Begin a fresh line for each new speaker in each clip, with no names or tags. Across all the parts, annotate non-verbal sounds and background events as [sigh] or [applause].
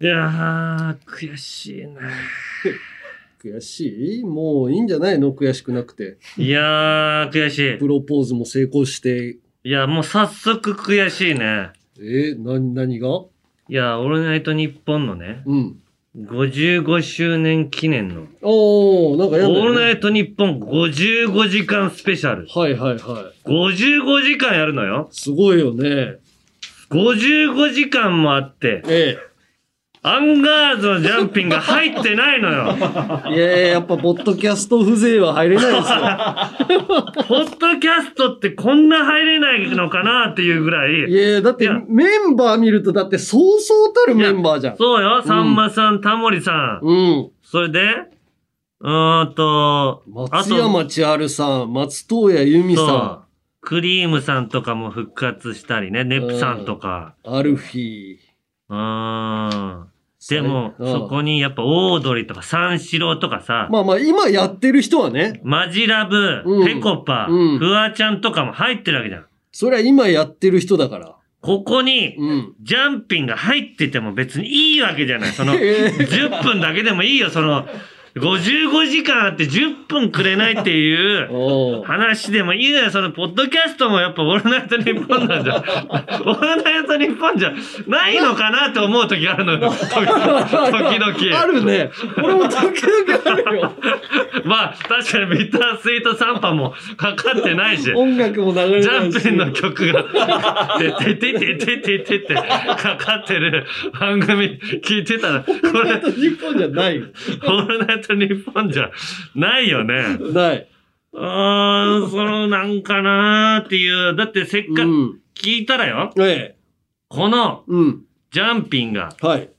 いやー、悔しいな。
悔しいもういいんじゃないの悔しくなくて。
いやー、悔し
プロポーズも成功して。
い。いや、もう早速悔しいね。
えー、な、何が
いや、オールナイトニッポンのね、
うん。
55周年記念の、
おー、なんか
オ
やだ
ール
よ
ナ
ね
イトニッポン55時間スペシャル。
はいはいはい。
55時間やるのよ。
すごいよね。
55時間もあって、
え
アンガールズのジャンピンが入ってないのよ。
えいやいや、やっぱ、ポッドキャスト風情は入れな
[laughs]
いですよ。
ポッドキャストってこんな入れないのかなっていうぐらい。
いやいやだって
いや
メンバー見ると、だってそうそうたるメンバーじゃん。
そうよ、さんまさん、タモリさん。
うん。
それで、うーんと、
松山千春さん、松任谷由実
そう
さ
クリームさんとかも復活したりね、ネプさんとか。
ん、アルフィー。
うーん。でも、
うん
そこにやっぱオードリーとか三四郎とかさ、
まあまあ、今やってる人はね、
マジラブ、
うん
ペコパ、
うん
フワちゃんとかも入ってるわけじゃん。
それは今やってる人だから。
ここに、
うん。
ジャンピンが入ってても別にいいわけじゃない。
[laughs]
その、
ええ
10分だけでもいいよ、その、55時間あって10分くれないっていう
お [laughs] う
話でもいいのよ、その、ポッドキャストもやっぱ、オールナイトニッポンなんじゃ、オールナイトニッポンじゃないのかなって思う時あるのよ、時々。
あるね。俺も時々ある [laughs] よ。
まあ、確かにビタースイートサンパもかかってないし。
音楽も流れない
ジ
し。
ャンピンの曲が、ててててててててかかってる番組聞いてたら、これ、
日本じゃないよ。
オールナイトニッポンじゃないよね。
ない。
あー、そのなんかなーっていう。だってせっ
う
かく
ん。
聞いたらよ、
ええ。
この
うん。
ジャンピンが
はい。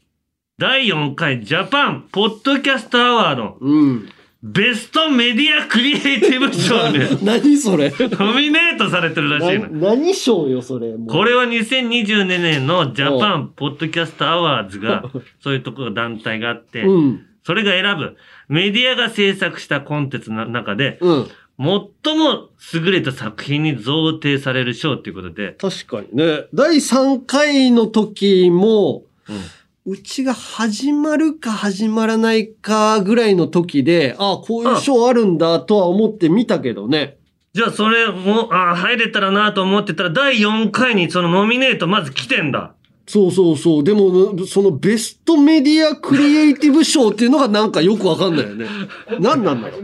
第4回ジャパンポッドキャストアワード
うん。
ベストメディアクリエイティブ賞に
[laughs] 何それ
ノミネートされてるらしいの。
何賞よ、それ。
これは2022年のジャパンポッドキャストアワーズが、そういうところ団体があって、
うん。
それが選ぶメディアが制作したコンテンツの中で、
うん。
最も優れた作品に贈呈される賞っていうことで、
確かにね。第3回の時も、
うん
うちが始まるか始まらないかぐらいの時で、ああ、こういう賞あるんだとは思って見たけどね。
じゃあそれも、あー入れたらなと思ってたら、第4回にそのノミネートまず来てんだ。
そうそうそう。でも、そのベストメディアクリエイティブ賞っていうのがなんかよくわかんないよね。何なんだろう。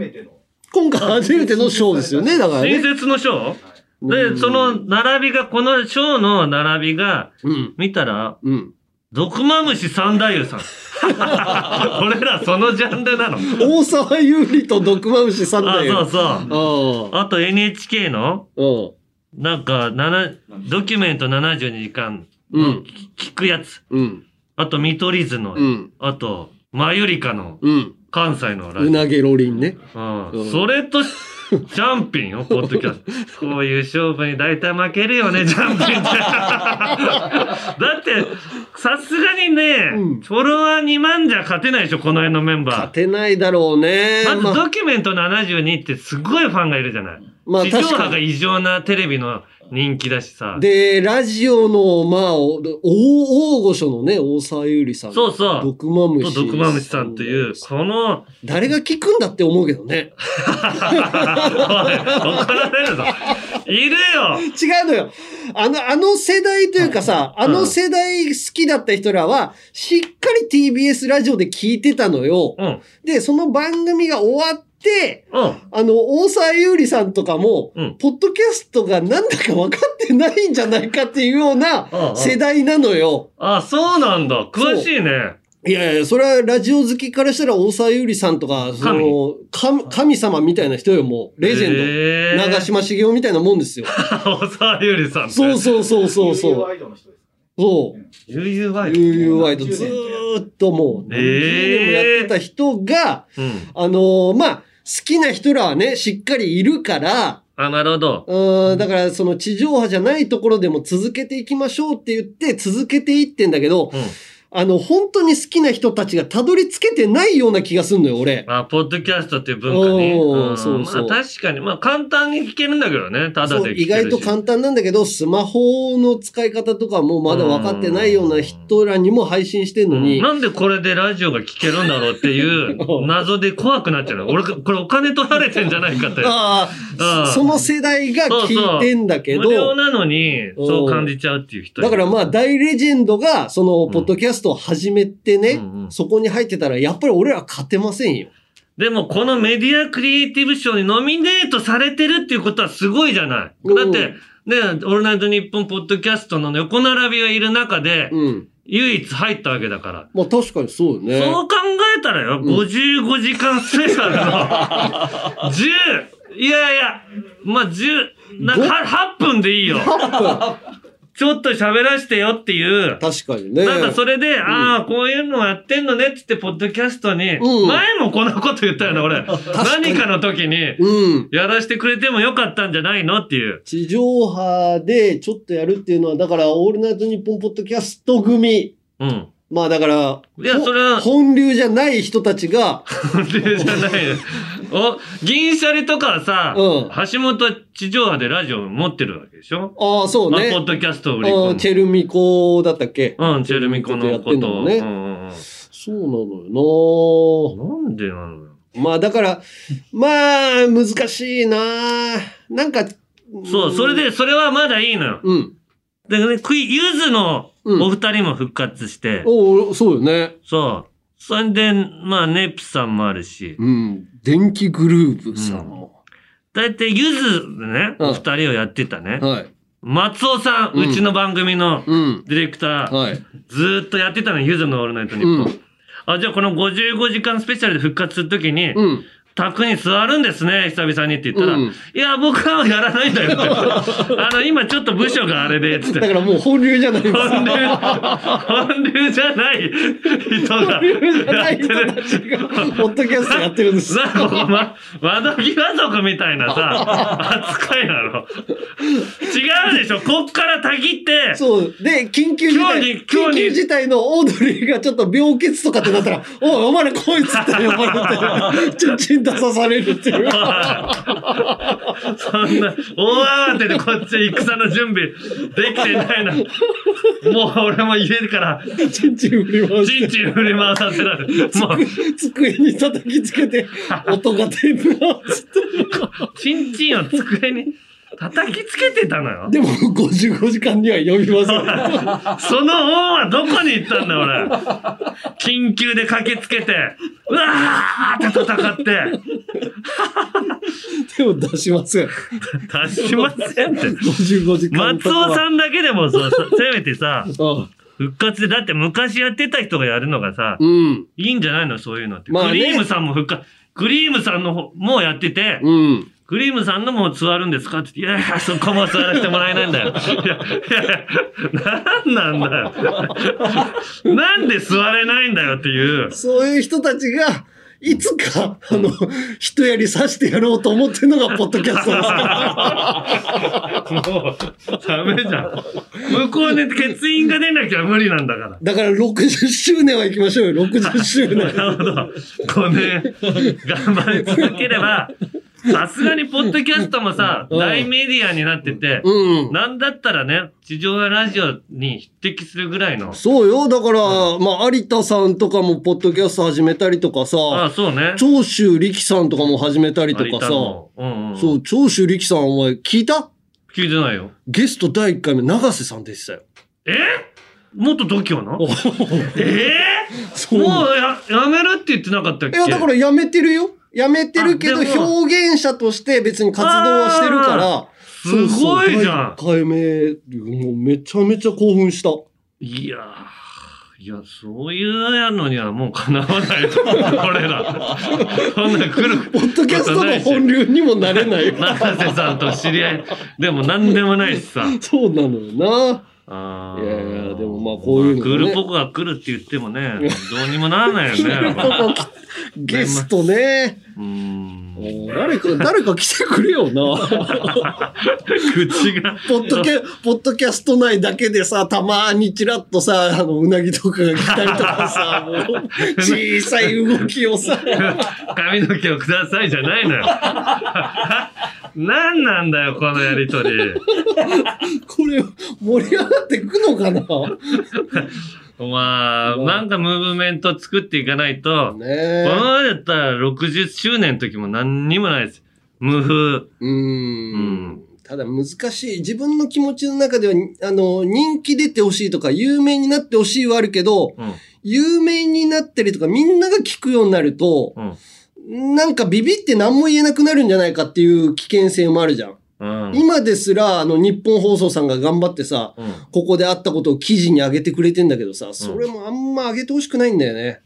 今回初めての賞ですよね、だから
新
ね。
設の賞
う
で、
ん
その、並びが、この賞の並びが、
うん。
見たら、
うん。
毒マムシ三太
[laughs]
夫さん。俺らそのジャンルなの。
大沢優里と毒マムシさん
あ、
だ
そう
よ。
そう。
あ
あと NHK の、
あ。うん。
なんか、ななドキュメント72時間、
うん。
聞くやつ。
うん。
あと、見取り図の、
うん。
あと、マユリカの、
うん。
関西のライブ。
うなげろりんね。
うん
うん
それと、ジャンピン
[laughs]
よ、ポッドキャスト。こういう勝負に大体負けるよね、ジャンピン
[laughs]
って。だって、さすがにね、
うん
フォロワー2万じゃ勝てないでしょ、この辺のメンバー
勝。てないだろうね。
まず
まあ
ドキュメント72ってすごいファンがいるじゃない。
まあ
地上
確
波
か
が
に。
異常なテレビの人気だしさ。
で、ラジオの、まあ、お大大御所のね、大沢優里さん。
そうそう。
毒マム
と
シ。
毒まむしさんという、こ
[laughs]
の、
誰が聞くんだって思うけどね。 [laughs]
おい怒られるぞ。いるよ
違うのよ。あの、あの世代というかさ、
い
あの世代好きだった人らは、しっかり TBS ラジオで聞いてたのよ。
うん、
で、その番組が終わって、
うん。
あの、大沢優里さんとかも、
うん
ポッドキャストがなんだか分かってないんじゃないかっていうような
ああ
世代なのよ。
あ、そうなんだ。詳しいね。
いやいや、それはラジオ好きからしたら大沢優里さんとか、その神神様みたいな人よ、もう。レジェンド。
えー、 [laughs]
長嶋茂雄みたいなもんですよ。
大沢優里さんって。
そうそうそうそう
有
そう。
名アイドルの人ですか
そう。
悠々ワイド。
悠々ワイドずーっともう、何十年もやってた人が、
うん。
あのーまあ、好きな人らはね、しっかりいるから、
あ、なるほど。
うん、だからその地上波じゃないところでも続けていきましょうって言って続けていってんだけど、
うん。
あの、本当に好きな人たちがたどり着けてないような気がすんのよ、俺。
まあ、ポッドキャストっていう文化ね。
おー
うん
そうそう
まあ、確かに。まあ、簡単に聞けるんだけどね。ただ
そう
で聞けるし
意外と簡単なんだけど、スマホの使い方とかもまだ分かってないような人らにも配信してんの
うん
に、
なんでこれでラジオが聞けるんだろうって
[laughs]
いう謎で怖くなっちゃうの。俺、これお金取られてんじゃないかって。
ああ、
うん
その世代が聞いてん [laughs] だけど、
無料なのに、
うん
そう感じちゃうっていう人い
だ
る。
からまあ大レジェンドがその
ん
ポッドキャストを始めてね、
うんうん
そこに入ってたらやっぱり俺ら勝てませんよ。
でも、このメディアクリエイティブ賞にノミネートされてるっていうことはすごいじゃない。
うん
だって、ね、オールナイトニッポンポッドキャストの横並びがいる中で、
うん。
唯一入ったわけだから。
まあ確かにそうよね。
そう考えたらよ、55時間スペシャル
[laughs]
の、10! いやいや、まあ、10、なんかは8分でいいよ。ちょっと喋らせてよっていう。
確かにね。
なんかそれで、ああ、こういうのやってんのねってって、ポッドキャストに、
うん
前もこんなこと言ったよな、
[laughs]
俺。
かに
何かの時に、
うん。
やらせてくれてもよかったんじゃないのっていう。
地上波でちょっとやるっていうのは、だから、オールナイトニッポンポッドキャスト組。
うん。 [laughs]
まあだから、
いや
ほ
それは
本流じゃない人たちが、
でじゃないよお、銀シャリとかはさ、
うん
橋本地上波でラジオ持ってるわけでしょ、
ああ、そう
まあ
ね。
ポッドキャストを売り込
うんん
で。
チェルミコだったっけ
うん、チェルミコのこ
チェルミコとやってん
と
の
を。
ね
うんうん
そうなの
う
よ
んなんでなのよ。
なまあだから、まあ、難しいななんか、
そう、それ。で、それはまだいいのよ。
うん。
でね、クイ、ゆずの
うん
お二人も復活して、
おおそうよね。
そう。それで、まあ、ネプさんもあるし、
うん。電気グループさんも。
だいたいゆずね、
うん
お二人をやってたね。
はい。
松尾さん、
うん
うちの番組の
うん。
ディレクター、
はい。
ずーっとやってたのよ、ゆずのオールナイトニッ
う
ポン。
ん。
あ、じゃあこの55時間スペシャルで復活するときに、
うん。
卓に座るんですね、久々にって言ったら、
うん
いや、僕はやらないんだよって。
[laughs]
あの、今ちょっと部署があれで、つっ
だ
て。
からもう本流じゃないです。
本流、本流じゃない人が
じゃな
や
い
って
人
る。
たちが、ポッドキャストやってるん
[laughs]
です。
なんかま、窓際族みたいな
[laughs]
さ、扱いなの。違うでしょこっからたぎって、
そう。で、緊急事態
今日に、今
緊
日に
急事態のオードリーがちょっと病欠とかってなったら、おい、お前らこいつって呼ば
[laughs]
れて、ちんちん出さされるっていう。
そんな、大慌てでこっち戦の準備できてないな。もう俺も家から、
ちんちん振り回し
ちんちん振り回させられて、もう、
て、 [laughs] 机に叩きつ
[laughs]
けて、音が出るな、つって。
ちんちんを机に叩きつけてたのよ。
でも、55時間には呼びま
[laughs]
せん。
その恩はどこに行ったんだ、俺。緊急で駆けつけて、うわーって戦って、
手を出しません。
出しませんって。
55時間
松尾
ん。
さんだけでもそう、させめてさ、
あ
復活で、だって昔やってた人がやるのがさ、
うん。
いいんじゃないのそういうのって。
まあね
クリームさんも復活、クリームさんの方もうやってて、
うん。
クリームさんのもう座るんですかって言って、いや、そこも座らせてもらえないんだよ。いや、いや、なんなんだよ。なんで座れないんだよっていう。
そういう人たちが、いつか、あの、人やり刺してやろうと思ってるのが、ポッドキャストで
[laughs]
すから。
もう、ダメじゃん。向こうで欠員が出なきゃ無理なんだから。
だから、60周年は行きましょうよ、60
[laughs]
周年。
なるほど。5年、頑張り続ければ、さすがにポッドキャストもさ、
うん
大メディアになってて、
うん。
なんだったらね、地上波ラジオに匹敵するぐらいの。
そうよ。だから、まあ、有田さんとかも、ポッドキャスト始めたりとか
ああ、
さ、
そうね。
長州力さんとかも始めたりと
有
か
田
さ、
のうんうん。
そう、長州力さん、お前、聞いた
聞いてないよ。
ゲスト第1回目、永瀬さんでしたよ。
え元度胸のええ
そ
もうや、やめるって言ってなかったっ
い
け
や、だからやめてるよ。やめてるけど、
あでも
表現者として別に活動はしてるから。
すごいじゃん
そうそう第一回目、もうめちゃめちゃ興奮した。
いやー、いや、そういうやのにはもうかなわないよ。俺
[laughs]
ら。そんな来る。
ポッドキャストの本流にもなれない
[laughs]
よ。
永瀬さんと知り合いでも何でもないしさ。
そうなのよな。
あ
いやいや
ー
でもまあこういうのもね
まあ来るポコが来るって言って
[laughs]
もね、どうにもならないよね。
ゲストね。
うーん。
誰か、誰か来てくれよな。
口が。
ポッドキャ、ポッドキャスト内だけでさ、たまにちらっとさ、あの、うなぎとかが来たりとかさ、もう、小さい動きをさ、
髪の毛をくださいじゃないのよ。 [laughs] 何なんだよ、このやりとり。
これ、盛り上がってくのかな
まあ、
うん
なんかムーブメント作っていかないと、こ
ねえ。
のままだったら60周年の時も何にもないです。無風。
うーん。ただ難しい。自分の気持ちの中では、あの、人気出てほしいとか、有名になってほしいはあるけど、
うん。
有名になったりとか、みんなが聞くようになると、
うん。
なんかビビって何も言えなくなるんじゃないかっていう危険性もあるじゃん。
うん。
今ですら、あの、日本放送さんが頑張ってさ、
うん
ここであったことを記事に上げてくれてんだけどさ、それもあんま上げてほしくないんだよね。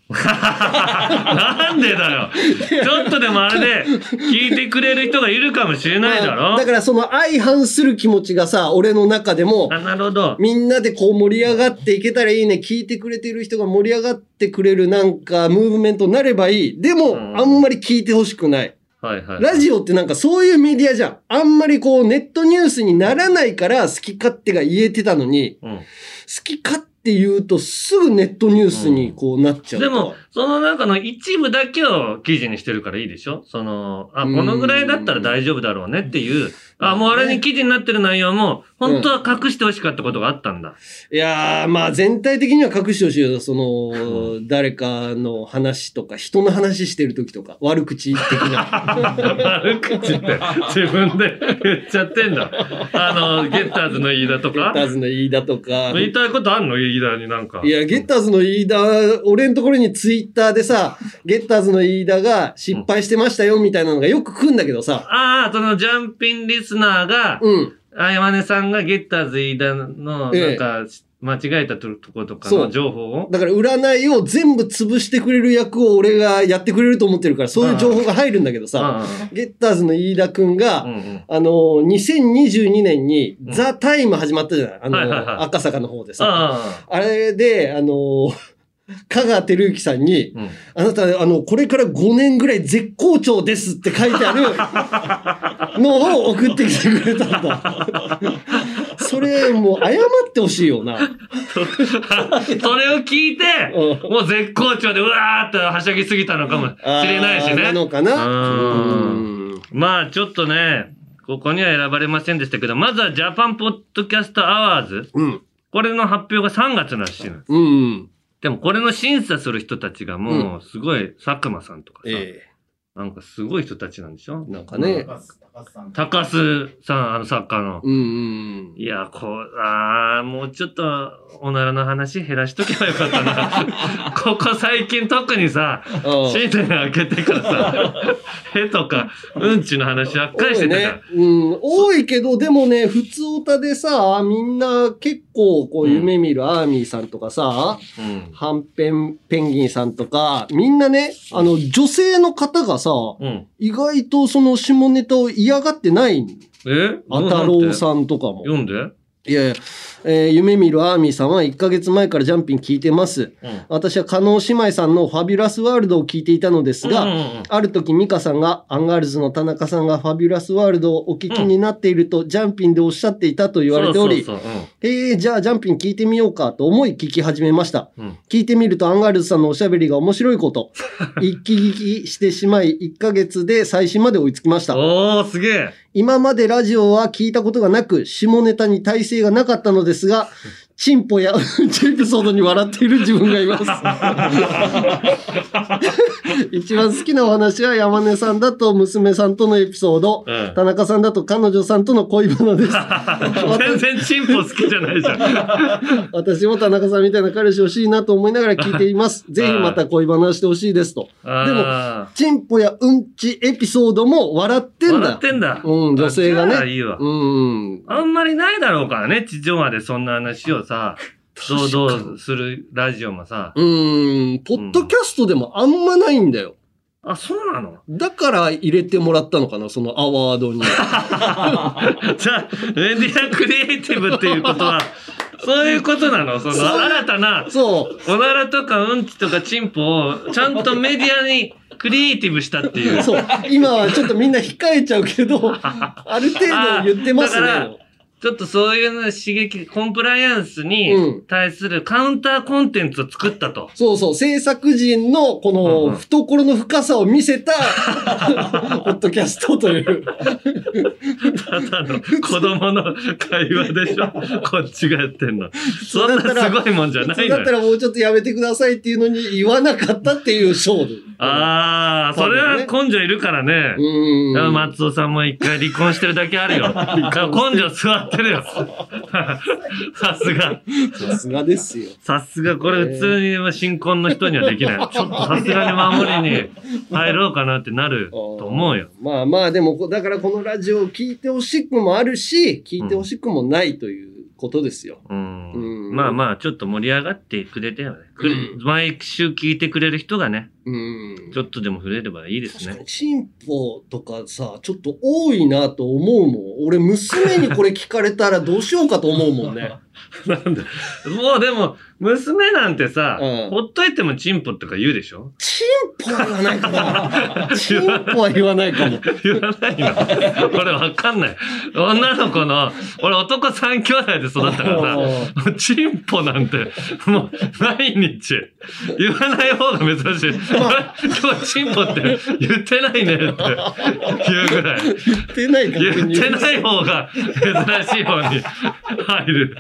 なんでだよ。ちょっとでもあれで聞いてくれる人がいるかもしれないだろ
だ。からその相反する気持ちがさ、俺の中でも、
あ、なるほど。
みんなでこう盛り上がっていけたらいいね。聞いてくれてる人が盛り上がってくれるなんかムーブメントになればいい。でも、
うん
あんまり聞いてほしくない。
はいはい。
ラジオってなんかそういうメディアじゃん。あんまりこうネットニュースにならないから好き勝手が言えてたのに、
うん。
好き勝手言うとすぐネットニュースにこうなっちゃうと。
でも、その中の一部だけを記事にしてるからいいでしょその、あ、このぐらいだったら大丈夫だろうねっていう。あ、もうあれに記事になってる内容も、本当は隠してほしかったことがあったんだ。
いやー、まあ全体的には隠してほしいよ。その、誰かの話とか、人の話してる時とか、悪口的
[laughs]
な。
悪口って自分で言っちゃってんだ。あの、ゲッターズの飯田とか
タ。ーズの飯田とか。
言いたいことあんの飯田になんか。
いや、ゲッターズの飯田、俺のところにツイッターでさ、ゲッターズの飯田が失敗してましたよみたいなのがよく来るんだけどさ、
ああ、そのジャンピンリスナーが、
うん。
あやまねさんがゲッターズ飯田の、
え
なん
え
か、間違えたとことか
そ
の
う
情報を。
だから占いを全部潰してくれる役を俺がやってくれると思ってるから、そういう情報が入るんだけどさ、
あ
ゲッターズの飯田くんが、
あうんうん。
あの、2022年に
うん
ザ・タイム始まったじゃないあの、
はいはいはい
赤坂の方でさ。
ああ。
あれで、あの、 [laughs] 香川照之さんに、
うん
あなた、あの、これから5年ぐらい絶好調ですって書いて
[laughs]
あるのを送ってきてくれたんだ。それ、もう謝ってほしいよな。
それを聞いて、
う
もう絶好調でうわーってはしゃぎすぎたのかもしれないし
あーな
ね。
のかな。
うん
うん
まあちょっとね、ここには選ばれませんでしたけど、まずはジャパンポッドキャストアワーズ。
うん。
これの発表が3月らしいの。
うん。
でもこれの審査する人たちがもうすごい、佐久間さんとかさ、
え
なんかすごい人たちなんでしょ
え。なんかね。
高須高須さん
高須さん、あの作家の。
うんうん。
いや、こう、ああ、もうちょっと、おならの話減らしとけばよかった [laughs] な。ここ最近特にさ、
あー
新年明けてから [laughs] さ、へとか、うんちの話ばっかりしてたから。
多いね。うん。多いけど、でもね、普通オタでさ、みんな結構こう夢見るアーミーさんとかさ、
うん。
ハンペンペンギンさんとか、みんなね、あの、女性の方がさ、
うん。
意外とその下ネタを嫌がってない。
え
あたろう
ん。
さんとかも。
読んでうん。
いやいや、えー夢見るアーミーさんは1ヶ月前からジャンピン聞いてます。私は加納姉妹さんのファビュラスワールドを聞いていたのですが、
うんうんうん
ある時、ミカさんが、アンガールズの田中さんがファビュラスワールドをお聞きになっていると、ジャンピンでおっしゃっていたと言われており、
そうそうそう
えー、じゃあジャンピン聞いてみようかと思い聞き始めました。
うん。うん。
聞いてみると、アンガールズさんのおしゃべりが面白
[laughs]
いこと、一気聞きしてしまい、1ヶ月で最新まで追いつきました。
おー、すげえ。
今までラジオは聞いたことがなく、下ネタに耐性がなかったのですが、チンポや [laughs] うんちエピソードに笑っている自分がいます。 [laughs] 一番好きなお話は山根さんだと娘さんとのエピソード、
うん
[laughs] 田中さんだと彼女さんとの恋バナです。
[laughs] 全然チンポ好きじゃないじゃん。
私も田中さんみたいな彼氏欲しいなと思いながら聞いています。ぜひまた恋バナしてほしいですと。
あ
チンポやうんちエピソードも笑って
ー
ん
笑
だ
っ。てんだ。
うん女性がね
あじゃあいいわ。
うん。
あんまりないだろうからね、地上波でそんな話をさ、堂々するラジオもさ。
うーん、ポッドキャストでもあんまないんだよ。
あ、そうなの [laughs]
だから入れてもらったのかな、そのアワードに。
じゃあ、メディアクリエイティブっていうことは、そういうことなのその
そう
新たな、
そう。
おならとかうんちとかチンポをちゃんとメディアにクリエイティブしたっていう。
そう。今はちょっとみんな控えちゃうけ
[laughs]
ど、ある程度言ってます
あーだ
ね。
ちょっとそういうの刺激、コンプライアンスに対するカウンターコンテンツを作った
[laughs]
と。
そうそう。制作人のこ
うんうん
の懐の深さを見せ
[laughs]
た、ポッドキャストという。
ただの子供の会話で
[laughs]
しょこっちがやってんの。そんなすごいもんじゃない
普通だ
の
った
よ。
らもうちょっとやめてくださいっていうのに言わなかったっていう勝負。
ああ、それは根性いるからね。
う
あ
ん。
松尾さんも一回離婚してるだけあ
[laughs]
るよ。根性座ってるよ。 [laughs] さすが。
さすがですよ。
さすが、これ普通に新婚の人にはで
[laughs]
きない。ちょっとさすがに守りに入ろうかなってな
[laughs]
ると思うよ。
まあまあでもこ、だからこのラジオを聞いてほしくもあるし、聞いてほしくもないということですよ。
うん
うん
まあまあ、ちょっと盛り上がってくれてよね。くれ
う
毎週聞いてくれる人がね、
うん。
ちょっとでも触れればいいです
確か
ね。
に、チンポとかさ、ちょっと多いなと思うもん。俺、娘にこれ聞かれたらどうしようかと思うも
[laughs]
んね。
なんでもうでも、娘なんてさ、
うん
ほっといてもチンポとか言うでしょ
チンポは言わないか
[laughs]
な。 [laughs] チンポは言わないかも。
言わないの。 [laughs] 俺わかんない。女の子の、俺男3兄弟で育ったから
[laughs]
さ、もう [laughs] チンポなんて、もう、毎日、言わない方が珍しい。今日チンポって言ってないねって言うぐらい。
言ってないか
言っ
ら
てない方が珍しい方に入る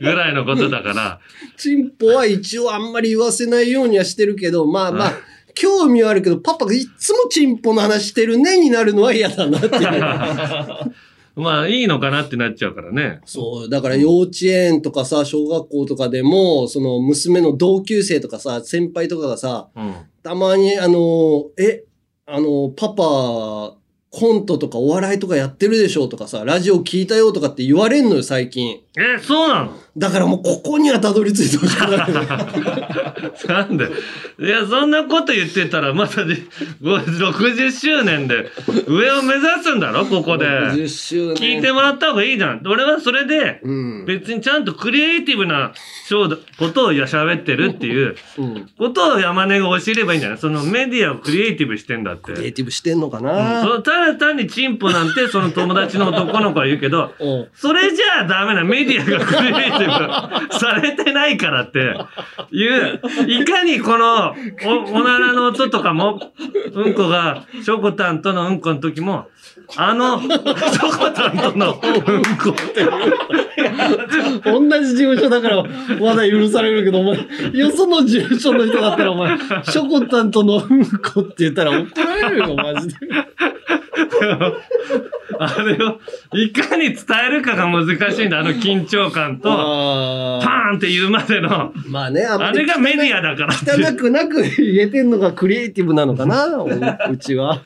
ぐらいのことだから。 [laughs]
チンポは一応あんまり言わせないようにはしてるけど、まあまあ、興味はあるけど、パパがいつもチンポの話してるねになるのは嫌だなっていう。
まあ、いいのかなってなっちゃうからね。
そう、だから幼稚園とかさ、小学校とかでも、その娘の同級生とかさ、先輩とかがさ、
うん。
たまにあの、え、あの、パパ、コントとかお笑いとかやってるでしょとかさ、ラジオ聞いたよとかって言われんのよ、最近。
え、そうなの
だからもうここにはたどり着いてほしくない。
[laughs] なんでいや、そんなこと言ってたら、またじご60周年で上を目指すんだろこ
[laughs]
こで。
60周
聞
年。
いてもらった方がいいじゃん。俺はそれで、
うん。
別にちゃんとクリエイティブなそうだことを喋ってるっていう
うん。
ことを山根が教えればいいんじゃないそのメディアをクリエイティブしてんだって。
クリエ
う
イ
ん
ティブしてんのか
そ
な、
のただ単にチンポなんてその友達の男の子は言うけど、
うん、
それじゃあダメなメディアがクリエイティブされてないからっていう、いかにこのお、おならの音とかも、うんこが、しょこたんとのうんこの時も、あの、しょこたんとのうんこって、
同じ事務所だからまだ許されるけど、お前、よその事務所の人だったらお前、ショコタンとのうんこって言ったら怒られるよ、マジ
[laughs]
で。
あれを、いかに伝えるかが難しいんだ、あの緊張感と、
あ
パー
ー
ンって言うまでの、
まあね、あん
あ
まり
れがメディアだからっていう
汚くなく言えてんのがクリエイティブなのかな、おうちは。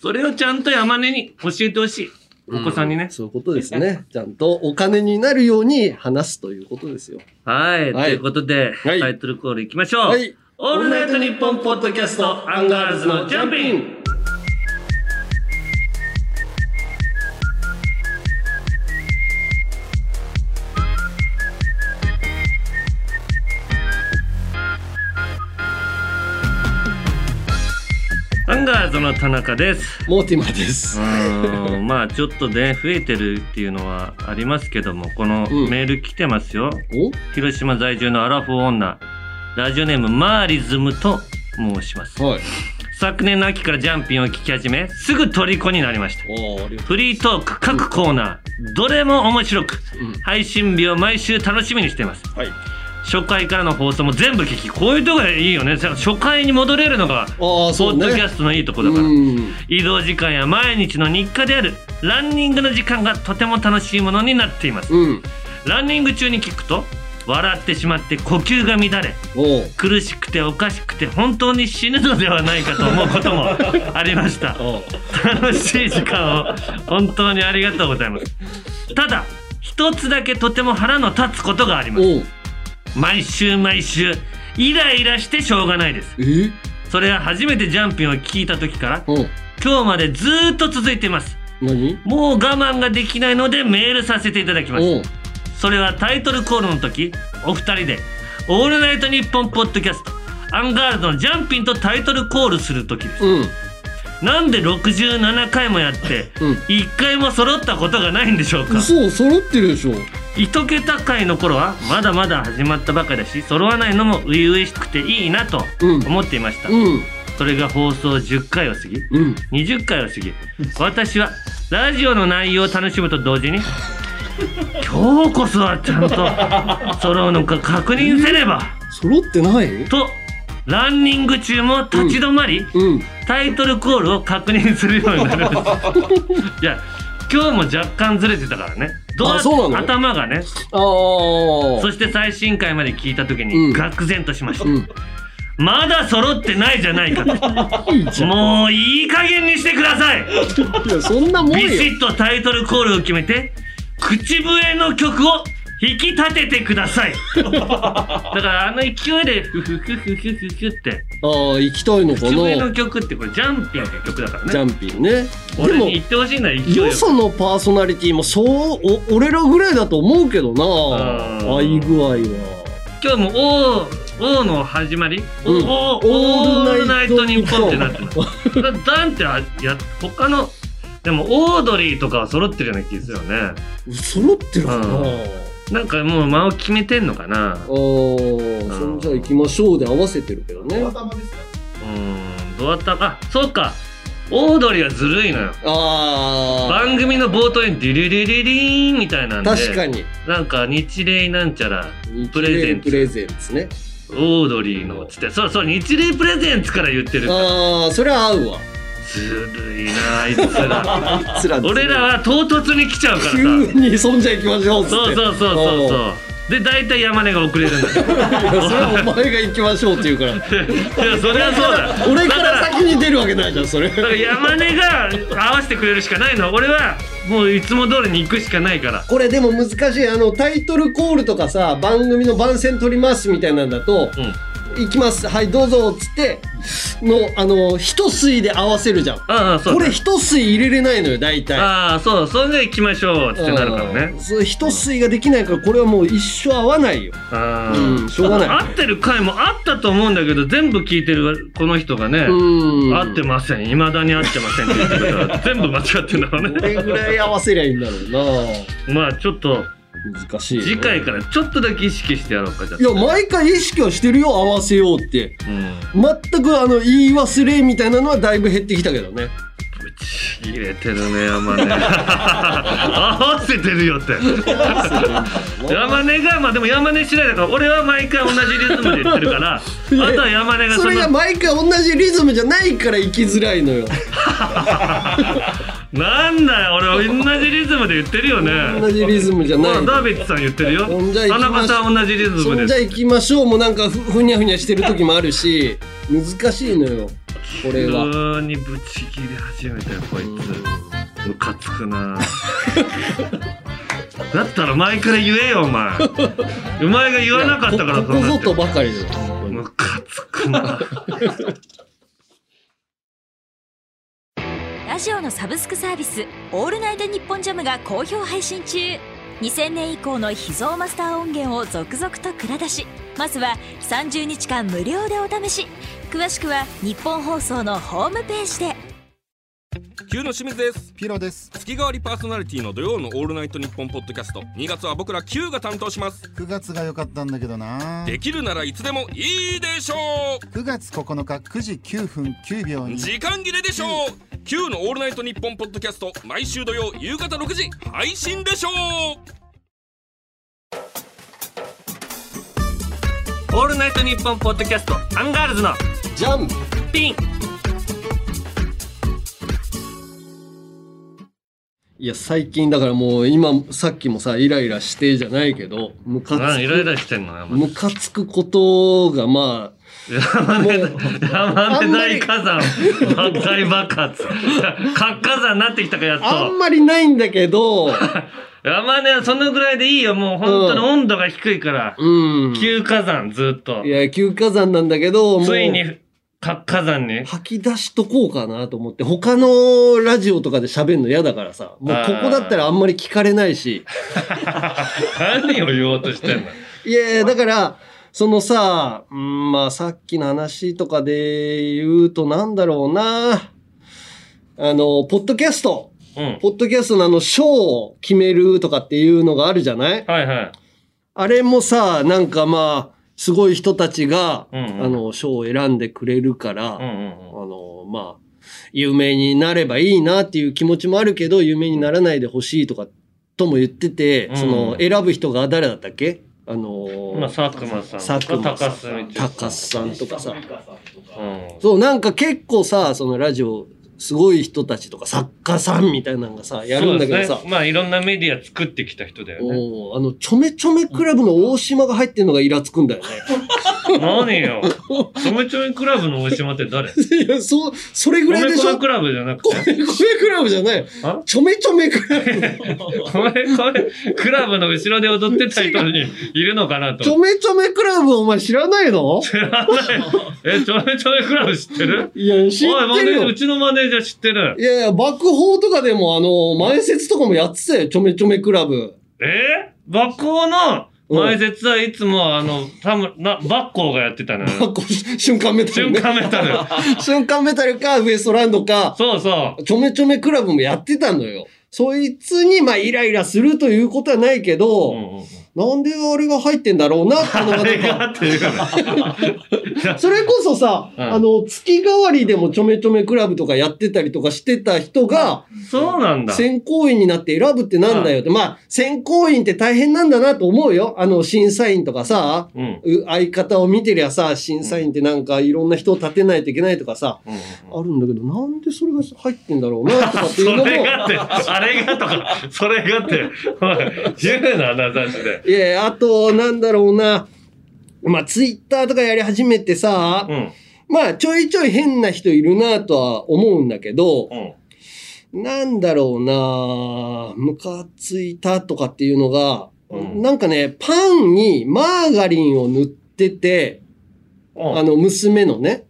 それをちゃんと山根に教えてほしい。お子さんにね。
そういうことですね。ちゃんとお金になるように話すということですよ。
はい、
は
と
い
いうことで、
はい
タイトルコールいきましょう。
はい
オールナイトニッポンポッドキャスト、アンガールズのジャンピン
ン
アンガールズの田中です。
モーティマーで
う
す。
ーん、まあちょっとね、増えてるっていうのはありますけども、この
うん
メール来てますよ。
お
広島在住のアラフォー女、ラジオネームマーリズムと申します。
はい。
昨年の秋からジャンピンを聞き始め、すぐ虜になりました。
おーありがと
フリートーク各コーナー、どれも面白く、
う。うん
配信日を毎週楽しみにしています。
はい。
初回からの放送も全部聞きこういうとこがいいよね初回に戻れるのが
ああ、
ポ
そう
ッ
ね。
ドキャストのいいとこだから、
うん
移動時間や毎日の日課であるランニングの時間がとても楽しいものになっています
うん。
ランニング中に聞くと笑ってしまって呼吸が乱れ
おう。
苦しくておかしくて本当に死ぬのではないかと思うこともありました
おう。
楽しい時間を本当にありがとうございますただ一つだけとても腹の立つことがあります
おう。
毎週毎週イライラしてしょうがないです
え
それは初めてジャンピンを聞いた時から
うん。
今日までずーっと続いています
何
もう我慢ができないのでメールさせていただきます
おう。
それはタイトルコールの時お二人で「オールナイトニッポン」ポッドキャストアンガールドのジャンピンとタイトルコールする時です
うん。
なんで67回もやって
うん
1回も揃ったことがないんでしょうか
そう、揃ってるでしょ。
一桁回の頃はまだまだ始まったばかりだし揃わないのも初々しくていいなと
うん
思っていました、
うん。
それが放送10回を過ぎ
うん。
20回を過ぎ私はラジオの内容を楽しむと同時に今日こそはちゃんと揃うのか確認せねば
揃ってない
とランニング中も立ち止まり、
うん。
タイトルコールを確認するようになるんです
[laughs]
いや今日も若干ずれてたからねど
あそうなの
頭がね
ああ。
そして最新回まで聞いた時
うん
に愕然としました、
うん。
まだ揃ってないじゃないかと
いい [laughs] じゃん。
もういい加減にしてください
いや、そんなもん
ビシ
よ。
ッとタイトルコールを決めて口笛の曲を引き立ててくだ
[laughs]
さいだからあの勢いでフフフフフフフって
ああ、行きたいのか
口笛
な
の。曲ってこれジャンピンの曲だから
ジ
ね
ャンピンね。で
俺
も
に、言ってほしいんだ勢いよ
よそのパーソナリティもそう、お俺らぐらいだと思うけど
う
な。
ん
あい具合は。
今日も「おー」「おー」の始まり「
うん
おー」
オ
オ
ー
ー
ル
ル
ナ
ナ
イ
イ
ト
ト
ニ
ニ
ッ
ッ
ポン
ポン」ってなってますダンってあや他のでもオードリーとかは揃ってるような気するよね
揃ってるかな。あ
うんなんかもう間を決めてんのかな
あー、そんじゃあ行きましょうで合わせてるけどね。
うーん、どうだったか。そうか。オードリーはずるいのよ。
あ
番組の冒頭にデュリリリリーンみたいなん
あ、
で。
確かに。
なんか日例なんちゃら、プレゼンツ
プレゼンツね。
オードリーのつって。そうそう、日例プレゼンツから言ってる。
ああ、それは合うわ。
ずるいな、あいつら。 [laughs]
あいつら
俺らは唐突に来ちゃうからさ。
急にそんじゃ行きましょうっつって。
そうそうそうそう
あ
そう。で、大体山根が遅れるんだよ。
[laughs] ーいやそれはお前が行きましょうって言うから。
いや、そりゃそうだ。
俺か
だから
ら先に出るわけないじゃん、それ。
だから山根が合わせてくれるしかないの。俺は、もういつも通りに行くしかないから。
これでも難しい。あの、タイトルコールとかさ、番組の番宣取りますみたいなんだと、
うん。
行きます、はい、どうぞ、っつって、の、あの、一吸いで合わせるじゃん。
ああ、そうだ。
これ一吸い入れれないのよ、大体。
ああそうそれで行きましょうってなるから
う
ね
んそう一吸いができないから、これはもう一生合わないよ。
あ
うん、しょうが
あ
な
合ってる回もあったと思うんだけど全部聞いてるこの人がね
い。うん。
合ってませんいまだに合ってませんって言ってるから全部間違ってんだろう
どれぐ
ね
らい合わせりゃいいんだろう
まあちょっと
な難しい、
次回。からちょっとだけ意識してやろうかじゃあ
いや、毎回意識はしてるよ、合わせようって。
うん
全くあの、言い忘れみたいなのはだいぶ減ってきたけどね。
ぶち切れてるね山根合わせてるよっ
[laughs]
て山根がまあでも山根次第だから俺は毎回同じリズムで言ってるからあ
[laughs]
とは山根が
そ
そ
れが
の
毎回同じリズムじゃないから行きづらいのよ。
なんだよ俺
[laughs]
は同じリズムで言ってるよね
同じリズムじゃ
[laughs]
ない
まあ、
の。
ダーベッジさん言ってるよ。
ほんじゃ行
田
きまし
中さん同じリズ
そ
ム
ん
で
じゃ
す。
行きましょうもなんかふふにゃふにゃしてる時もあるし、難しいのよ、これは。
急にぶち切り始めたよ、こいつ。ムカつくな。 [laughs] だったら前から言えよ、お
[laughs]
前。お前が言わなかったから、
こここ
な
ぞ
って
とばかりだよ。
ムカつくな。
ラジオのサブスクサービス「オールナイトニッポンジャム」が好評配信中2000年以降の秘蔵マスター音源を続々と蔵出しまずは30日間無料でお試し詳しくは日本放送のホームページで
急の清水です
ピロです。
月替わりパーソナリティの土曜のオールナイトニッポンポッドキャスト2月は僕ら Q が担当します
9月が良かったんだけどな。
できるならいつでもいいでしょ
9月9日9時9分9秒
う
に。
時間切れでしょう Q のオールナイトニッポンポッドキャスト毎週土曜夕方6時配信でしょう
[laughs] オールナイトニッポンポッドキャスト、アンガールズの
ジャン
ピン。
いや、最近だからもう今、さっきもさ、イライラしてじゃないけど、ムカ
あ
つ
イライ
く。
ラしてんの、山根。
ムカつくことが、まあ、
山根
もう
山根大火山、爆開爆発。活火山になってきたか、やっと。
あんまりないんだ
[laughs]
けど、う
山根はそのぐらいでいいよ。もう本当に温度が低いから。
ん。
急火山ずっと。
いや、急火山なんだけど、もう
ついにか火山に [laughs]
吐き出しとこうかなと思って、他のラジオとかで喋るの嫌だからさ、もうここだったらあんまり聞かれないし、
何を言おうとしてんの
いやいや、だから、そのさ、うんまあさっきの話とかで言うとなんだろうな、あの、ポッドキャスト、
うん
ポッドキャストのあの、賞を決めるとかっていうのがあるじゃない
はいはい
あれもさ、なんかまあ、すごい人たちが、
うんうん
あの、賞を選んでくれるから、
うんうんうん
あの、まあ、有名になればいいなっていう気持ちもあるけど、有名にならないでほしいとか、とも言ってて、
うん
その、選ぶ人が誰だったっけあのー
まあ、佐久間さんとか
佐久間さ
高
ん
須光代
高須さんとかさ。
うん
そう、なんか結構さ、そのラジオ、すごい人たちとか、作家さんみたいなのがさ、やるんだけど
そう
さ
です、ねまあいろんなメディア作ってきた人だよ
[laughs]
ね
おーあの、ちょめちょめクラブの大島が入ってるのがイラつくんだよね。
何よちょめちょめクラブの大島って誰
いや、そう、それぐらいで
米
しょ
粉クラブじゃなく
こ
て
れ、これクラブじゃない
あ。
ちょめちょめクラブ。
米粉クラブの後ろで踊ってた人にいるのかな
ちょ
と
めちょめクラブお前知らないの
知らないえちょめちょめクラブ知ってる
いや、知
おい
っ
マ
て
ネージ
る
ャー
よ
う。ちのマネージャー知ってる
いやいや、爆砲とかでも、あの、前説とかもやってたよ。ちょめちょめクラブ。
えー、バッコーの前説はいつもあの、たむな、バッコーがやってたのよ。
爆砲、瞬間メタル
瞬
[laughs] ね。
間メタル。
瞬間メタルか、ウエストランドか、
そうそう。
ちょめちょめクラブもやってたのよ。そいつに、まあ、イライラするということはないけど、
うんうんうん
なんであれが入ってんだろうな、この
あ
方
れ
が。
がっていうから。
それこそさ、
うん
あの、月替わりでもちょめちょめクラブとかやってたりとかしてた人が、
そうなんだ。
選考員になって選ぶってなんだよって。まあ、選考員って大変なんだなと思うよ。あの、審査員とかさ、
うん。うん
う相方を見てりゃさ、審査員ってなんかいろんな人を立てないといけないとかさ、
うん
あるんだけど、なんでそれが入ってんだろうなとかっていう
[laughs] そ
のも、
れ
い
がって、あれがとか、それがって、おい言うな、な、雑誌で。
やいや、あと、なんだろうな、まあ、ツイッターとかやり始めてさ、
うん。
まあ、ちょいちょい変な人いるなとは思うんだけど、
うん。
なんだろうなムカついたとかっていうのが、
うん
なんかね、パンにマーガリンを塗ってて、
うん
あの、娘のね。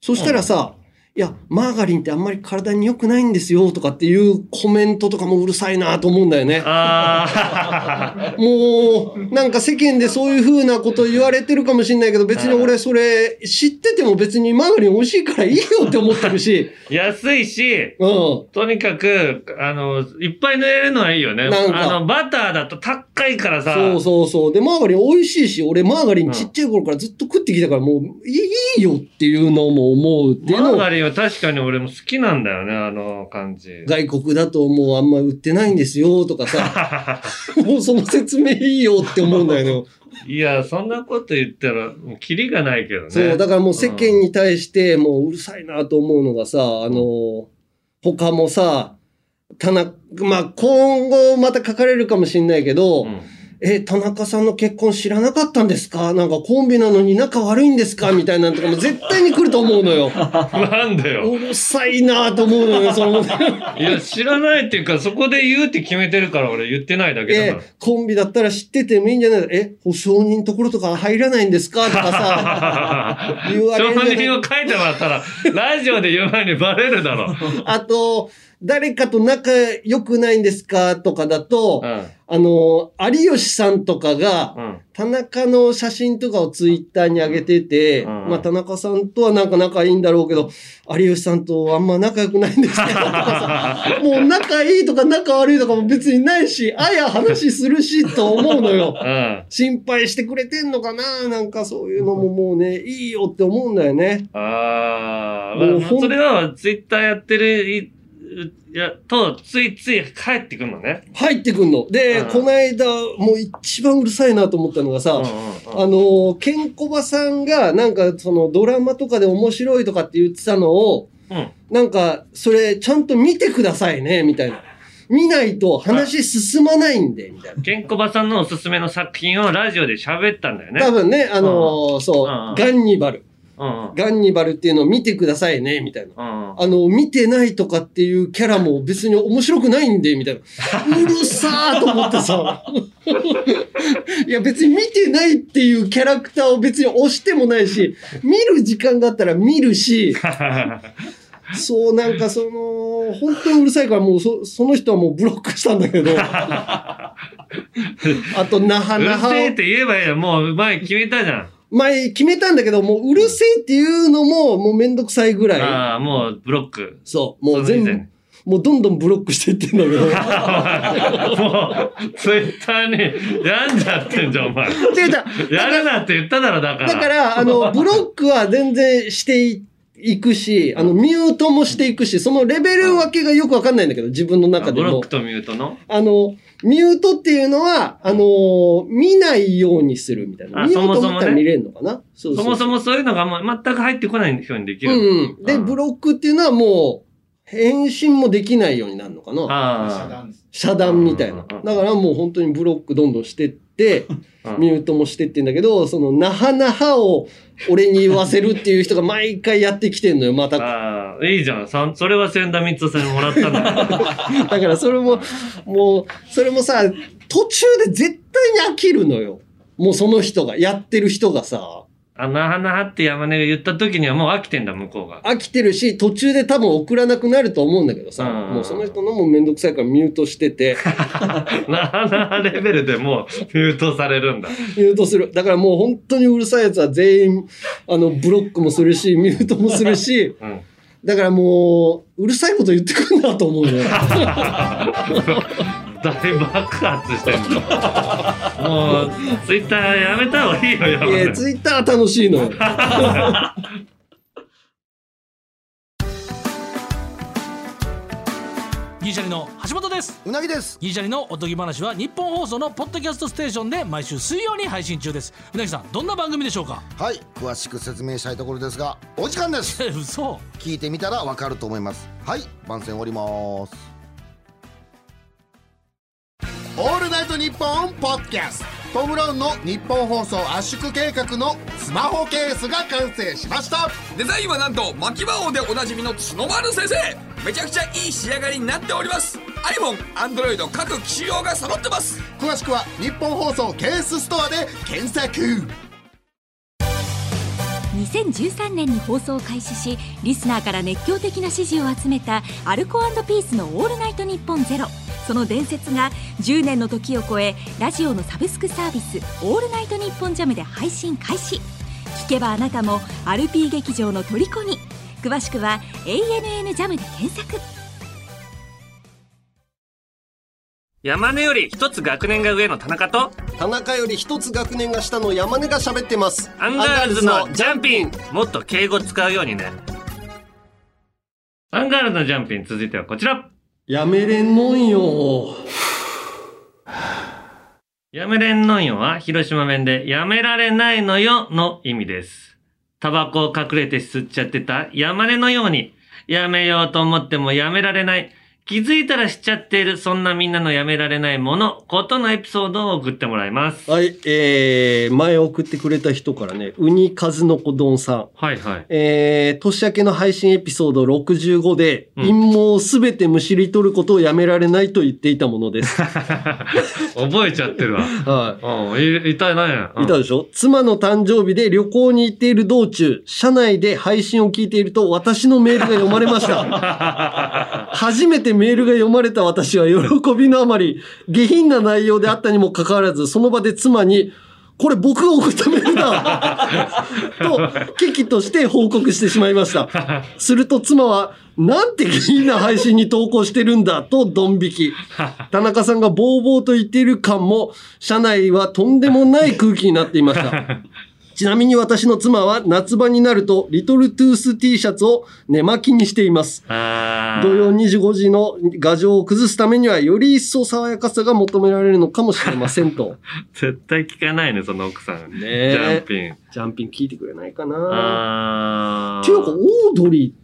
そしたらさ、いや、マーガリンってあんまり体に良くないんですよとかっていうコメントとかもうるさいなと思うんだよね。
あー。 [laughs]
もう、なんか世間でそういう風なこと言われてるかもしれないけど、別に俺それ知ってても別にマーガリン美味しいからいいよって思ってるし、
安いし、
うん。
とにかく、あの、いっぱい塗れるのはいいよね。
なんか
あの、バターだと高いからさ。
そうそうそう。で、マーガリン美味しいし、俺マーガリンちっちゃい頃からずっと食ってきたから、もういいいいよっていうのも思うってい
マ
うの
ー
を
ガリンは確かに俺も好きなんだよね、あの感じ。 [laughs]
外国だともうあんま売ってないんですよとかさ、もうその説明いいよって思うんだよね。
いや、そんなこと言ったら、もうキリがないけどね。
そう、だからもう世間に対してもううるさいなと思うのがさ、あの、他もさ、田中、まあ、今後また書かれるかもしれないけど、
うん
え、田中さんの結婚知らなかったんですかなんかコンビなのに仲悪いんですかみたいなのとかも絶対に来ると思う
[laughs]
のよ。
なんだよ。
うるさいなと思うのよ、そ
[laughs]
の。
いや、知らないっていうか、そこで言うって決めてるから、俺言ってないだけだ
え
か、
コンビだったら知っててもいいんじゃないえ、保証人のところとか入らないんですかとか
[laughs]
さ、
ら。
言われ
証
るんじゃない
人を書いてもらったら、ラジオで言う前にバレるだ
[laughs]
ろ。
あと、誰かと仲良くないんですかとかだと
う、ん。
あの、有吉さんとかが、
うん。
田中の写真とかをツイッターに上げてて、
うん
まあ田中さんとはなんか仲いいんだろうけど、有吉さんとあんま仲良くないんですけどと
[laughs]
かさ、もう仲いいとか仲悪いとかも別にないし、あや話するしと思うのよ。
うん。
心配してくれてんのかななんかそういうのももうね、いいよって思うんだよね。
あ
もう
ー、ま
ほ
あ、
ん
それはツイッターやってるい、いや、と、ついつい帰ってくるのね。
入ってくんの。で、
うん
この間、もう一番うるさいなと思ったのがさ、
うんうん
あのー、ケンコバさんが、なんか、その、ドラマとかで面白いとかって言ってたのを、
うん。
なんか、それ、ちゃんと見てくださいね、みたいな。見ないと話進まないんで、みたいな。
ケンコバさんのおすすめの作品をラジオで喋ったんだよね。
多分ね、あのーそう
うん、
ガンニバル。
うんうん。
ガンニバルっていうのを見てくださいね、みたいな。
うん
あの、見てないとかっていうキャラも別に面白くないんで、みたい
[laughs]
な。うるさーと思ってさ。 [laughs] いや、別に見てないっていうキャラクターを別に押してもないし、見る時間があったら見る
[laughs]
し、そう、なんかその、本当にうるさいからもうそ、その人はもうブロックしたん
[laughs]
だけど。あと、那覇、
う
那
る
覇を
せえって言えばいいじゃん。もう前決めたじゃん。
前決めたんだけど、もううるせえっていうのも、もうめんどくさいぐらい。
ああ、もうブロック。 [laughs]
そう、もう全
その以
部
前、
もうどんどんブロックしていってんだけど。
[laughs] もう、ツイッターに病んじゃってんじゃん、お前。
違う違う。
やるなって言っただろ、だから。
だから、あの、ブロックは全然していいくし、あの、ミュートもしていくし、そのレベル分けがよくわかんないんだけど、自分の中
あ
で
ブロ
も
ック。とミュートの。
あの、ミュートっていうのは、あの見ないようにするみたいな。
あ
見ようと
そもそ
思
もね
ったら見れるのかなそ
そもそ
も。
もそういうのがあんま全く入ってこない表にでき
う
る。
んうん。で、
うん
ブロックっていうのはもう、返信もできないようになるのかな
あ
遮断みたいな。
うんうんうん
だからもう本当にブロックどんどんしてって、
あ。うん
ミュートもしてってんだけど、その、なはなはを俺に言わせるっていう人が毎回やってきてんのよ、また。だ
ああ、いいじゃん。そそれは千田光夫さんにもらったんだか
[laughs]
ら。
からそれも、もう、それもさ、途中で絶対に飽きるのよ。もうその人が、やってる人がさ、
あなはなはって山根が言った時にはもう飽きてんだ、向こうが。
飽きてるし、途中で多分送らなくなると思うんだけどさ、
うん
もうその人のもめんどくさいからミュートしてて、 [laughs]
なはなはレベルでもうミュートされる
[laughs]
んだ。
ミュートする。だからもう本当にうるさいやつは全員、あの、ブロックもするし、ミュートもするし、
うん。
だからもう、うるさいこと言ってくんなと思うのよ。
大爆発してんの。もう、ツイッターやめた方がいいよ、や
い
め
や、ツイッター楽しいのよ。
ギリシャリの橋本です
うなぎです
ギリシャリのおとぎ話は日本放送のポッドキャストステーションで毎週水曜に配信中ですうなぎさんどんな番組でしょうか
はい詳しく説明したいところですがお時間です
え [laughs] 嘘
聞いてみたらわかると思いますはい番宣終わりますオールナイトニッポンポッドキャストトム・ブラウンの日本放送圧縮計画のスマホケースが完成しました
デザインはなんと牧場王でおなじみの角丸先生めちゃくちゃいい仕上がりになっております iPhone、Android 各機種用が揃ってます
詳しくは日本放送ケースストアで検索
2013年に放送を開始しリスナーから熱狂的な支持を集めたアルコピースの「オールナイトニッポンゼロその伝説が10年の時を超えラジオのサブスクサービス「オールナイトニッポンジャムで配信開始聞けばあなたもアルピー劇場の虜に詳しくは「ANN ジャムで検索
山根より一つ学年が上の田中と、
田中より一つ学年が下の山根が喋ってます。
アンガールズのジャンピンもっと敬語使うようにね。アンガールズのジャンピン続いてはこちら
やめれんのんよ。
やめれんのんよは広島弁でやめられないのよの意味です。タバコを隠れて吸っちゃってた山根のように、やめようと思ってもやめられない。気づいたらしちゃっている、そんなみんなのやめられないもの、ことのエピソードを送ってもらいます。
はい、えー、前送ってくれた人からね、ウニカズノコ丼さん。
はいはい。
えー、年明けの配信エピソード65で、
うん
陰謀をすべてむしり取ることをやめられないと言っていたもの
[laughs]
です。
覚えちゃって [laughs] るわ。
は
うん、い、いたいないや。
い。いたでしょ、妻の誕生日で旅行に行っている道中、車内で配信を聞いていると私のメールが読まれました。
[laughs]
初めてメールが読まれた私は喜びのあまり、下品な内容であったにもかかわらず、その場で妻に、これ僕が送ったメールだと、危機として報告してしまい
[laughs]
ました。すると妻は、なんて下品な配信に投稿してるんだとドン引き。田中さんがボーボーと言っている感も、社内はとんでもない空気になっていました。
[laughs]
ちなみに私の妻は夏場になると、リトルトゥース T シャツを寝巻きにしています。
あー
土曜25時の牙城を崩すためには、より一層爽やかさが求められるのかもしれませんと。
絶対聞かないね、その奥さん。
ね
[laughs] ジャ
え
ンピン。
ジャンピン聞いてくれないかな
あ
っていうか、
ー。
オードリ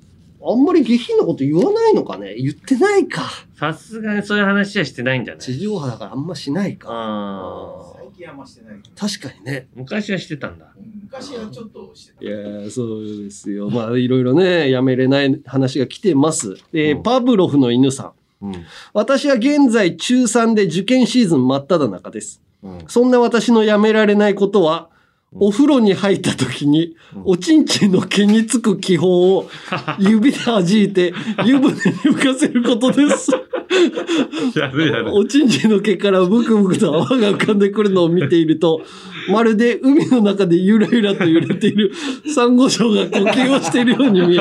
ー、あんまり下品なこと言わないのかね言ってないか。
さすがにそういう話はしてないんじゃない
地上波だからあんましないか。
あー。
近
近はましてないけど
確かにね。
昔はしてたんだ。
昔はちょっとしてた
いやーそうですよ。まあ、いろいろね、やめれない話が来てます。えー
うん
パブロフの犬さん。
うん。
私は現在中3で受験シーズン真っ只中です。
うん
そんな私のやめられないことは、お風呂に入った時に、おちんちんの毛につく気泡を指で弾いて、湯船に浮かせること [laughs] です。
やるやる。
[laughs] おちんちんの毛からブクブクと泡が浮かんでくるのを見ていると、まるで海の中でゆらゆらと揺れているサンゴ礁が呼吸をしているように見え、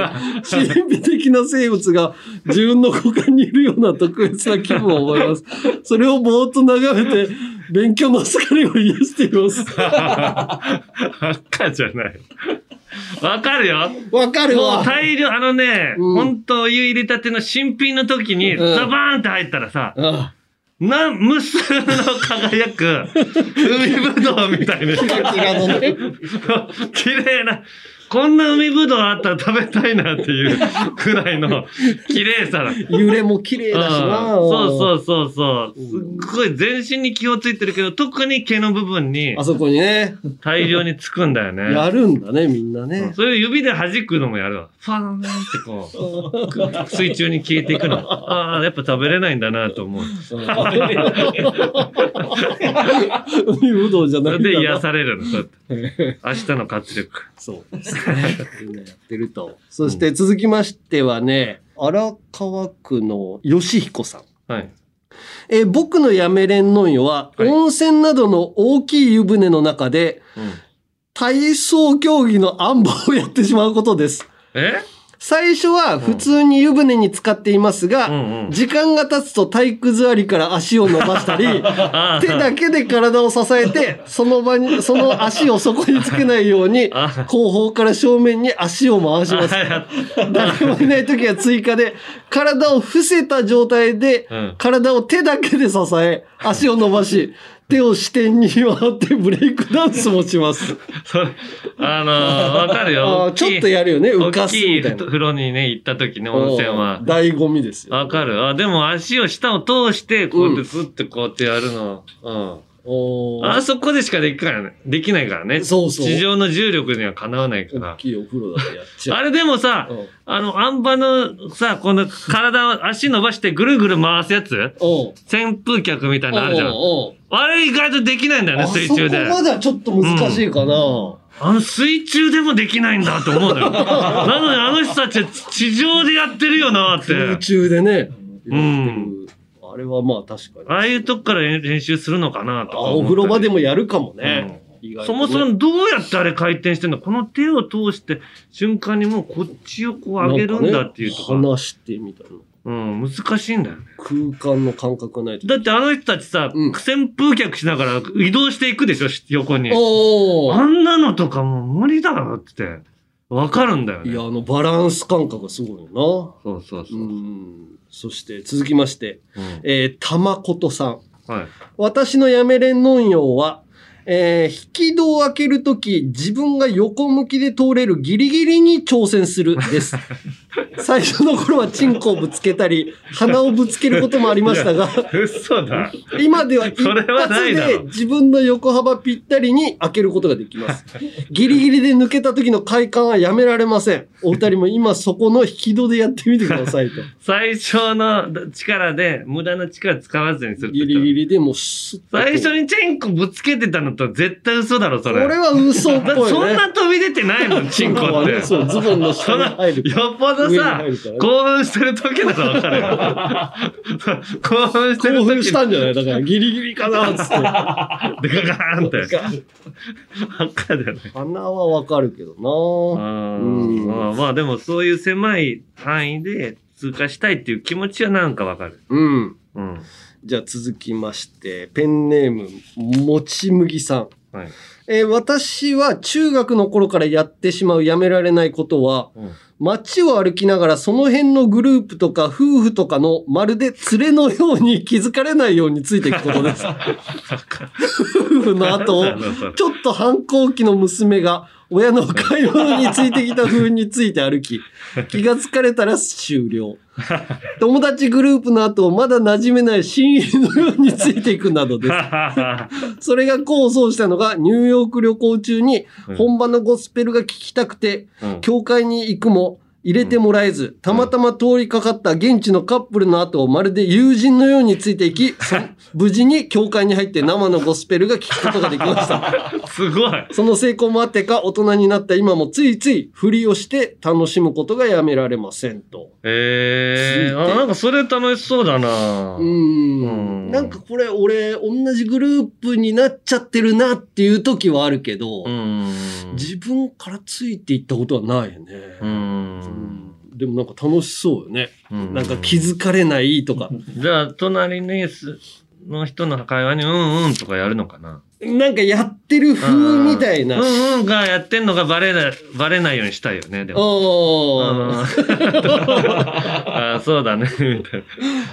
神秘的な生物が自分の股間にいるような特別な気分を覚えます。それをぼーっと眺めて、勉強の疲れを癒しています。
赤じゃない。わかるよ。
わかる
も
わ
う。大量、あのね、
うん
ほんとお湯入れたての新品の時に、
ん
ザバーンって入ったらさ、
あ
な、無数の輝く、海ぶどうみたいな。
あキラのね。
綺麗な、こんな海ぶどうあったら食べたいなっていうくらいの綺麗さだ。
揺れも綺麗だしな。。
そうそううそうそう。すっごい全身に気をついてるけど、特に毛の部分に
あそこにね、
大量につくんだよね。
やるんだね、みんなね。
それを指で弾くのもやるわ。ファーンってこうく、水中に消えていくの。ああ、やっぱ食べれないんだなと思う。
海ぶどうじゃ
そ
な
れ
いんだ
で
な
癒されるの、そうや
[laughs]
って。明日の活力。
そうですね。みんなやってると。そして続きましてはね、荒川区の吉彦さん。
はい。
えー僕のやめれんのんよは、
はい
温泉などの大きい湯船の中で、
うん
体操競技の暗謀をやってしまうことです。
え
最初は普通に湯船に浸かっていますが、
うんうん
時間が経つと体育座りから足を伸ばしたり、
[laughs] あ
手だけで体を支えて、
[laughs]
その場に、その足をそこにつけないように、
あ
後方から正面に足を回し
[laughs] あ。
ます。
あ
誰もいない時は追加で、体を伏せた状態で
うん、
体を手だけで支え、足を伸ばし、手を支点に回ってブレイクダンスもします。
それあのー、わかるよ大
あ。ー
きい
ちょっとやるよね浮かす
大きい
みたいな
風呂にね、行った時ね、温泉は。
醍醐味ですよ。
わかる。あ、でも足を下を通して、こうやってずってこうやってやるの。うん。
おー
あそこでしかできからねできないからね。
そうそう
地上の重力にはかなわないから
大。きいお風呂だとやっちゃう。
あれでもさ、
うん
あの、あん馬のさ、この体を足伸ばしてぐるぐる回すやつ
おう
扇風客みたいなのあるじゃん。
おうおう
あれ意外とできないんだよね、
あそ
水
こ
中で。
まではちょっと難しいかな。
あの水中でもできないんだと思
[laughs]
うのよ。なのにあの人たちは地上でやってるよなって。
空中でね。
うん
あれはまあ確かに。
ああいうとこから練習するのかなとか
あ
思ったり。
お風呂場でもやるかもね。意外
そ
とね
もそもどうやってあれ回転してんのこの手を通して瞬間にもうこっちをこう上げるんだっていうとか。
なんかね話してみたいな。
うん、難しいんだよね。
空間の感覚がないと。
だってあの人たちさ、
うん
扇風客しながら移動していくでしょ、し横に。
お
あんなのとかもう無理だろって、わかるんだよ
いや、
ね。
あの、バランス感覚がすごいよ
そうそうそ
な。
う。
う
うん
ん。そして、続きまして、えー、玉ことさん。
はい。
私のやめれんのんようは、えー、引き戸を開けるとき、自分が横向きで通れるギリギリに挑戦する
[laughs]
です。最初の頃はチンコをぶつけたり、鼻をぶつけることもありましたが、
嘘だ。
今では一
それはな
発
いだ
で
ろ
自分の横幅ぴったりに開けることができます。ギリギリで抜けた時の快感はやめられません。お二人も今そこの引き戸でやってみてくださ
[laughs]
いと。
最小の力で無駄な力使わずにするって言
ギ
った
リ
の。
ギリでもうスッとこう
最初にチェンコぶつけてたのと絶対嘘だろ、そ
こ
れ。
れは嘘っぽ
だ
いね。
そんな飛び出て [laughs] ないの、チンコって。
そ、
そう
ズボンの下
ん
に
な、
入る。
よっぽど
上に
さ
入るからね、
興奮してる時ならわかる [laughs] よ。興奮してる
興
時
奮したんじゃないいだからギリギリかなっつって。
でガガーンって。赤じゃない。
鼻はわかるけど
あ
な
ーまあまあでもそういう狭い範囲で通過したいっていう気持ちはなんかわかる。
うん。
うん。
じゃあ続きまして、ペンネーム、もち麦さん。
はい。
えー私は中学の頃からやってしまうやめられないことは、
うん
街を歩きながらその辺のグループとか夫婦とかのまるで連れのように気づかれないようについていくこ
[laughs]
とです。夫婦の後を、ちょっと反抗期の娘が親の買い物についてきた風について歩き、気がつかれたら終了。友達グループの後、まだ馴染めない親友のようについていくなどです。それが功を奏したのが、ニューヨーク旅行中に
うん、
本場のゴスペルが聞きたくて、
うん
教会に行くも、入れてもらえず、たまたま通りかかった現地のカップルの後をまるで友人のようについてい
[laughs]
き、そ無事に教会に入って生のゴスペルが聞くことができました。
[laughs] [laughs] すごい。
その成功もあってか、大人になった今もついついふりをして楽しむことがやめられませんと。
ええ
ついて
あ、なんかそれ楽しそうだな
うー。ん
うん
なんかこれ俺、同じグループになっちゃってるなっていう時はあるけど、
うん。
自分からついていったことはないよね。
うん。
うんでもなんか楽しそうよね。
うん
なんか気づかれないとか。
じゃあ、隣にす、の人の会話に、うんうんとかやるのかな。
なんかやってる風みたいな。
う
あ
んうんがやってんのがバレない、バレないようにしたいよね、でも。あ [laughs]
あ
ーあー、そうだね、みたいな。
ー、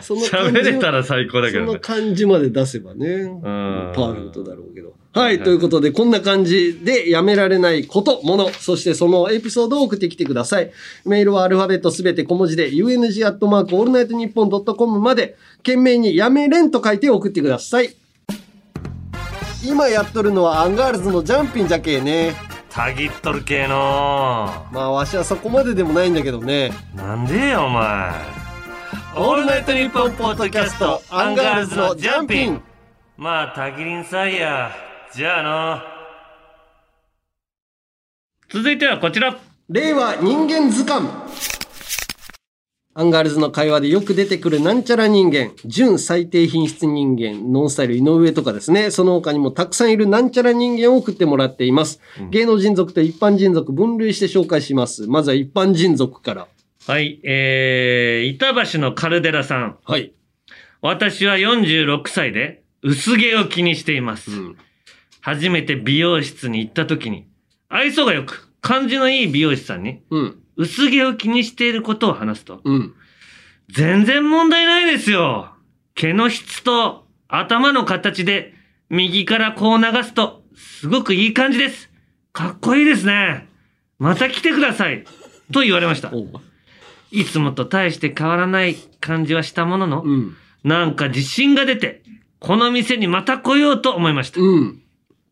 そ
喋れたら最高だけ
そ
ど
の
ね。
感じまで出せばね、パ
ん
ーフェクトだろうけど。
は
はいい、ということで、こんな感じでやめられないこと、もの、そしてそのエピソードを送ってきてください。メールはアルファベットすべて小文字で、u n g a l l n i g h t n i p p o n c o m まで、懸命にやめれんと書いて送ってください。今やっとるのはアンガールズのジャンピンじゃけえね。
たぎっとる系の
まあ、わしはそこまででもないんだけどね。
なんでよ、お前。オールナイトニッポンポッドキャスト、アンガールズのジャンピン。まあ、たぎりんさいや。じゃあの。続いてはこちら。
令和人間図鑑アンガールズの会話でよく出てくるなんちゃら人間、純最低品質人間、ノンスタイル井上とかですね、その他にもたくさんいるなんちゃら人間を送ってもらっています。芸能人族と一般人族分類して紹介します。まずは一般人族から。
はい、えー、板橋のカルデラさん。
はい。
私は46歳で、薄毛を気にしています。初めて美容室に行った時に、愛想がよく、感じのいい美容師さんに、
うん。
薄毛を気にしていることを話すと、
うん。
全然問題ないですよ。毛の質と頭の形で右からこう流すとすごくいい感じです。かっこいいですね。また来てください。と言われました。
おう
いつもと大して変わらない感じはしたものの、
うん。
なんか自信が出て、この店にまた来ようと思いました。
うん。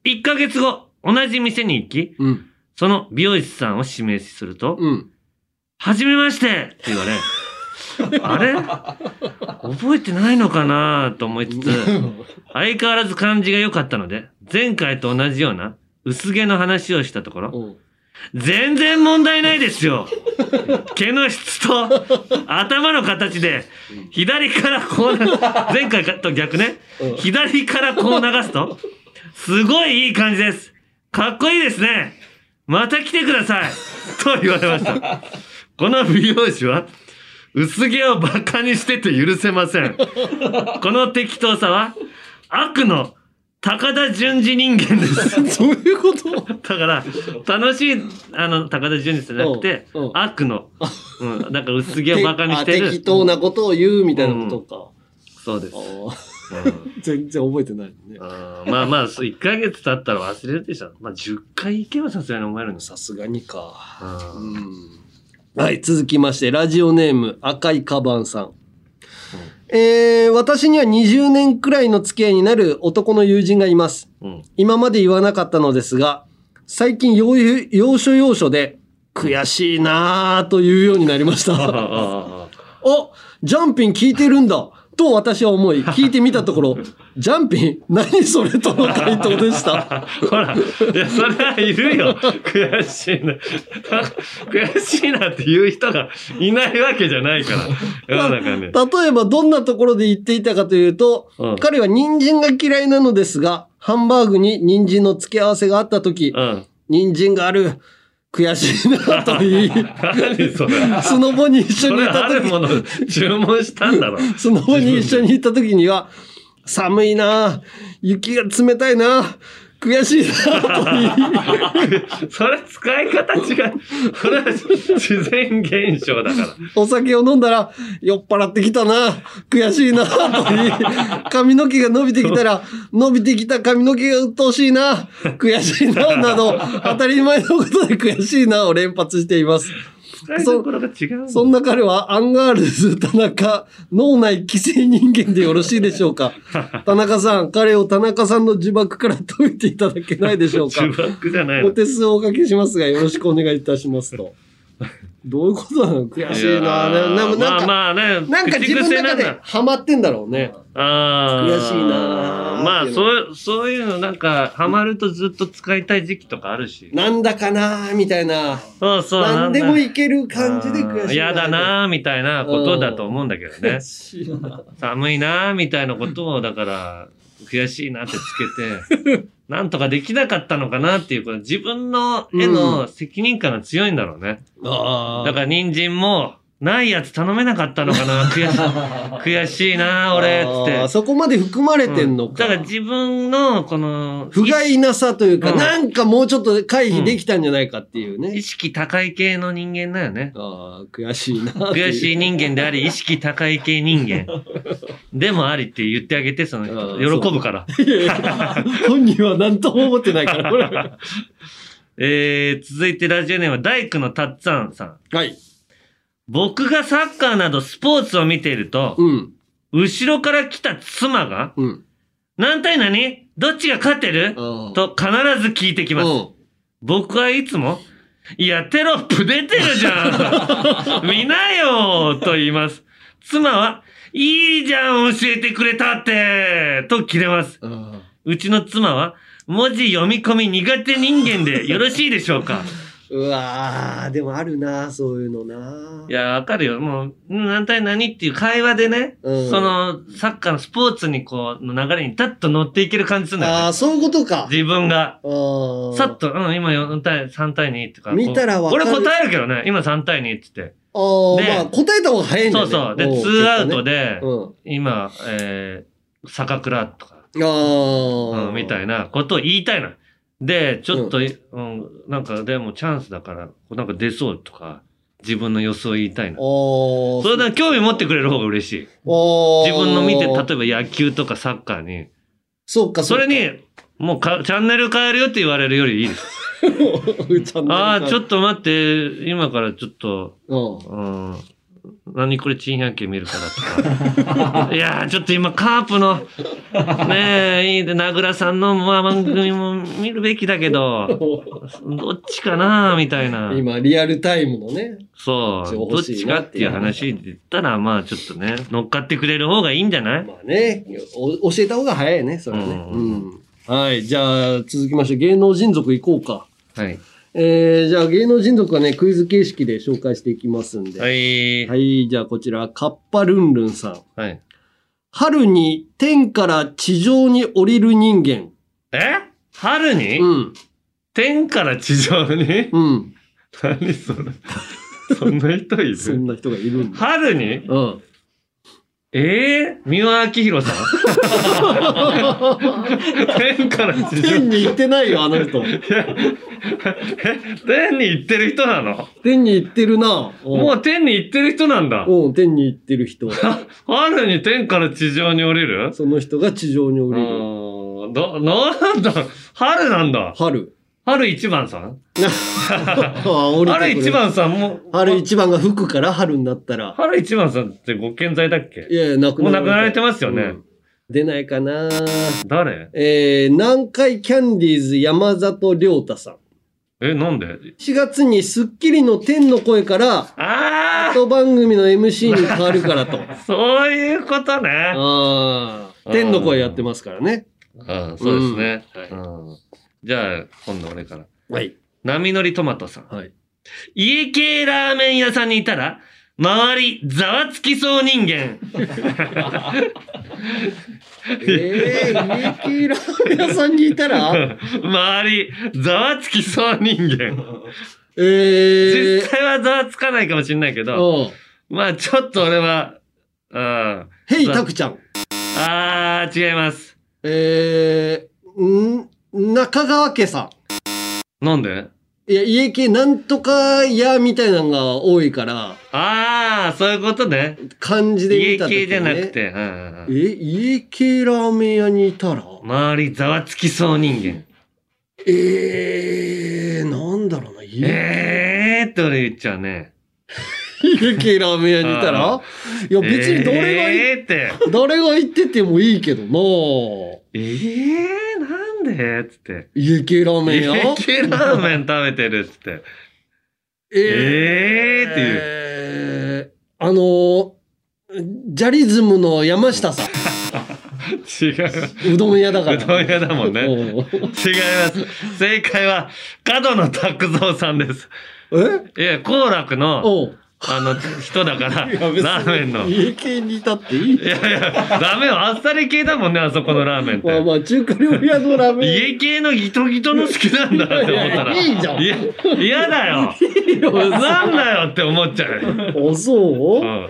1ヶ月後、同じ店に行き、
うん。
その美容師さんを指名すると、 [laughs]
うん。
はじめましてって言われ、あれ覚えてないのかなと思いつつ、相変わらず感じが良かったので、前回と同じような薄毛の話をしたところ、
おう
全然問題ないですよ毛の質と頭の形で、左からこうな、前回と逆ね、左からこう流すと、すごいいい感じですかっこいいですねまた来てくださいと言われました。この美容師は、薄毛をバカにしてて許せませ
[laughs]
ん。この適当さは、悪の高田純次人間
[laughs]
です。
そういうこと
だから、楽しい、あの、高田純次さんじゃなくて
うんう、ん
悪の、うん、なんか薄毛をバカにして
あ適
る。
当なことを言うみたいなこと
そうです
か。。 [laughs] あー
うん
全然覚えてないね。
あーまあまあ、そう1ヶ月経ったら忘れるでしょ。まあ、10回行けばさすがに思えるんです。
さすがにか。
あ
はい、続きまして、ラジオネーム、赤いカバンさん。えー、私には20年くらいの付き合いになる男の友人がいます。
ーうん。
今まで言わなかったのですが、最近要ゆ要所要所で、悔しいなぁというようになりまし
あ [laughs] ー
た。
あーあ
おジャンピン聞いてるんだと私は思い、聞いてみたところ、ジャンピン何それとの回答でした。
ー [laughs] ほら、いや、それはいるよ。悔しいな。 [laughs] 悔しいなっていう人がいないわけじゃないから。世の中ね。
例えばどんなところで言っていたかというと、
うん
彼は人参が嫌いなのですが、ハンバーグに人参の付け合わせがあった時、
うん。
人参がある、悔しいなと
[laughs]
言い、
何それ。
スノボに一緒
そ
に
れ
いた
あるも
時、
の注文したんだろ。
スノボに一緒にいた時には、寒いな、雪が冷たいな、悔しいなと言い、
[laughs] それ使い方違う。それは自然現象だから。
お酒を飲んだら、酔っ払ってきたな、悔しいな、と言い、髪の毛が伸びてきたら、伸びてきた髪の毛が鬱陶しいな、悔しいな、など、当たり前のことで悔しいなを連発しています。
使いどころが違う。
そんな彼はアンガールズ田中、脳内寄生人間でよろしいでしょうか田中さん、彼を田中さんの呪縛から解いていただけないでしょうか
呪縛じゃない
お
の。
手数をおかけしますが、よろしくお願いいたしますと。どういうことなの悔しい
やー
ななななんか、
まあまあね。
なんか
口
自
癖
分の中
なん
で
だ
ハマってんだろうね。
あー
悔しいなー
まあ、
っていう
そう、そういうのなんか、ハマるとずっと使いたい時期とかあるし。
なんだかなーみたいな。
そうそう。
なんで
だ
もいける感じで悔しいな。
嫌だなーみたいなことだと思うんだけどね
悔。しいな。
寒いなーみたいなことを、だから、悔しいなってつけて、 [laughs] なんとかできなかったのかなっていう、この自分の絵の責任感が強いんだろうね。
あ
だから人参も、ないやつ頼めなかったのかな悔し悔しいなー俺、つって。
そこまで含まれてんのか。
だから自分のこの
不甲斐なさというか、
うん
なんかもうちょっと回避できたんじゃないかっていう
意
ね。
識高い系の人間だよね。
ああ、悔しいな。
悔し
い。
い人間であり、意識高い系人
[laughs]
間でもありって言ってあげて、その
あ
人、
ー
喜ぶから。
[laughs] 本人は何とも思ってないから、これ
[laughs]
は。
えー、続いてラジオネームは大工のたっつぁんさん。
はい。
僕がサッカーなどスポーツを見ていると、
うん。
後ろから来た妻が、
うん。
何対何どっちが勝ってる
あー
と必ず聞いてきます。
うん。
僕はいつも、いや、テロップ出てるじ
[laughs]
ゃん見なよと言います。妻は、いいじゃん教えてくれたってと切れます。
あ
うちの妻は、文字読み込み苦手人間でよろしいでしょう
[laughs]
か。
ーうわー、でもあるな、そういうのない
や、わかるよ。もう、うん何対何っていう会話でね、
うん
その、サッカーのスポーツにこう、の流れにタッと乗っていける感じするんだよ、
あ
ね。
あ、そういうことか。
自分が。
あ
さっと、うん、今4対、3対2ってか。
見たらわかる
こう俺答えるけどね、今3対2って言って。
あー、
で
まあ、答えた方が早いんだ
そ
よ
う
ね。
そう。で、
ん
ツーアウト。
結
で、
構ね
今、えー、坂倉とか、
うん。ああ、
うん、みたい
な。
なことを言いたいな。で、ちょっと、うん、なんか、でもチャンスだから、なんか出そうとか、自分の予想を言いたいな
あ。ー
それだ興味持ってくれる方が嬉しい。自分の見て、
あー
例えば野球とかサッカーに、
そうか、
そうれ
か [laughs]
に、もうか、チャンネル変えるよって言われるよりいいです。ああ、ちょ
っ
っと待って、今からちょっと、
と。
うん何これ珍百景見るからとか。いやー、ちょっと今カープの、ねえ、いいで、名倉さんのまあ番組も見るべきだけど、どっちかなみたいな。
今、リアルタイムのね。
そう、
情報
どっ
欲し
ち
い
か
な
っ
ってて
い
いうう
話で言ったら、まあちょっとね、乗っかってくれる方がいいんじゃない
まあね、お教えた方が早いね、それはね。
う
うんはい、じゃあ続きまして芸能人族いこうか。
はい。
えー、じゃあ芸能人族はね、クイズ形式で紹介していきますんで。
は
はい。
い。
じゃあこちら、カッパルンルンさん。
はい。
春に天から地上に降りる人間。
え春に、
うん。
天から地上に
うん。
何それ。そんな人い
そ
る
んな人がいるんだ。
春に
うん。
ええ三輪明宏さん [laughs] 天から地上
天に行ってないよ、あの
[laughs]
人。
え [laughs] 天に行ってる人なの
天に行ってるな。うん
もう天に行ってる人なんだ。
うん、天に行ってる人。
春に天から地上に降りる
その人が地上に降
う
りる。
ーんど、なんだ春なんだ。
春。
春一番さん
あ降りてく
春
る
一。番さんも、
春一番が吹くから春になったら。
春一番さんってご健在だっ
い
け
やいや、なく
もう亡くなられてますよね
うん出ないかな
誰
えー、南海キャンディーズ山里亮太さん。
え、なんで
4月にスッキリの天の声から、
あ
当番組の MC に変わるからと。
あそういうことね。
あー天の声やってますからね。
ああ、そうですね。
はい
うんじゃあ、今度俺から。
はい。
波乗りトマトさん。
はい。
家系ラーメン屋さんにいたら、周り、ざわつきそう人間。 [laughs]
えー、ミキーラーメン屋さんにい
[laughs]
たら
周り、ざわつきそう人間。
えー
実、際はざわつかないかもしれないけど、
うん。
まあちょっと俺は、うん。
ヘイタクちゃん。
あー、違います。
えー、ん中川家さ
なんで
ん。いや、家系なんとかやみたいなのが多いから、
ああ、そういうことね。
漢字で
家
見た時、ね、
系じゃなく。て。うんうん
え、
うん
家系ラーメン屋にいたら
周りざわつきそう人間。
えー、なんだろうな。家
えーって俺言っちゃうね。
[laughs] 家系ラーメン屋にいたらいや、別にどれがいい、
えーって。
誰が行っててもいいけどな
えー、なんでつって。
家系ラーメン屋
家系ラーメン食べてるっつって。えーっていう。
えーあのージャリズムの山下さん、
違う。
うどん屋だから。
うどん屋だもんね。違い
おう
ます。正解は、角野拓造さんです。
え
いや、幸楽の、
おう
あの、人だから、
いや別に
ラーメンの。い
家系にいたっていい
やいや、ラーメンはあっさり系だもんね、あそこのラーメンっ
まあ
て。
まあ、中華料理屋のラーメン。
家系のギトギトの好きなんだって思ったら。
いやいやいいじゃん
いや、嫌だ
[laughs]
よ。なんだよって思っちゃうよ。
お、そううん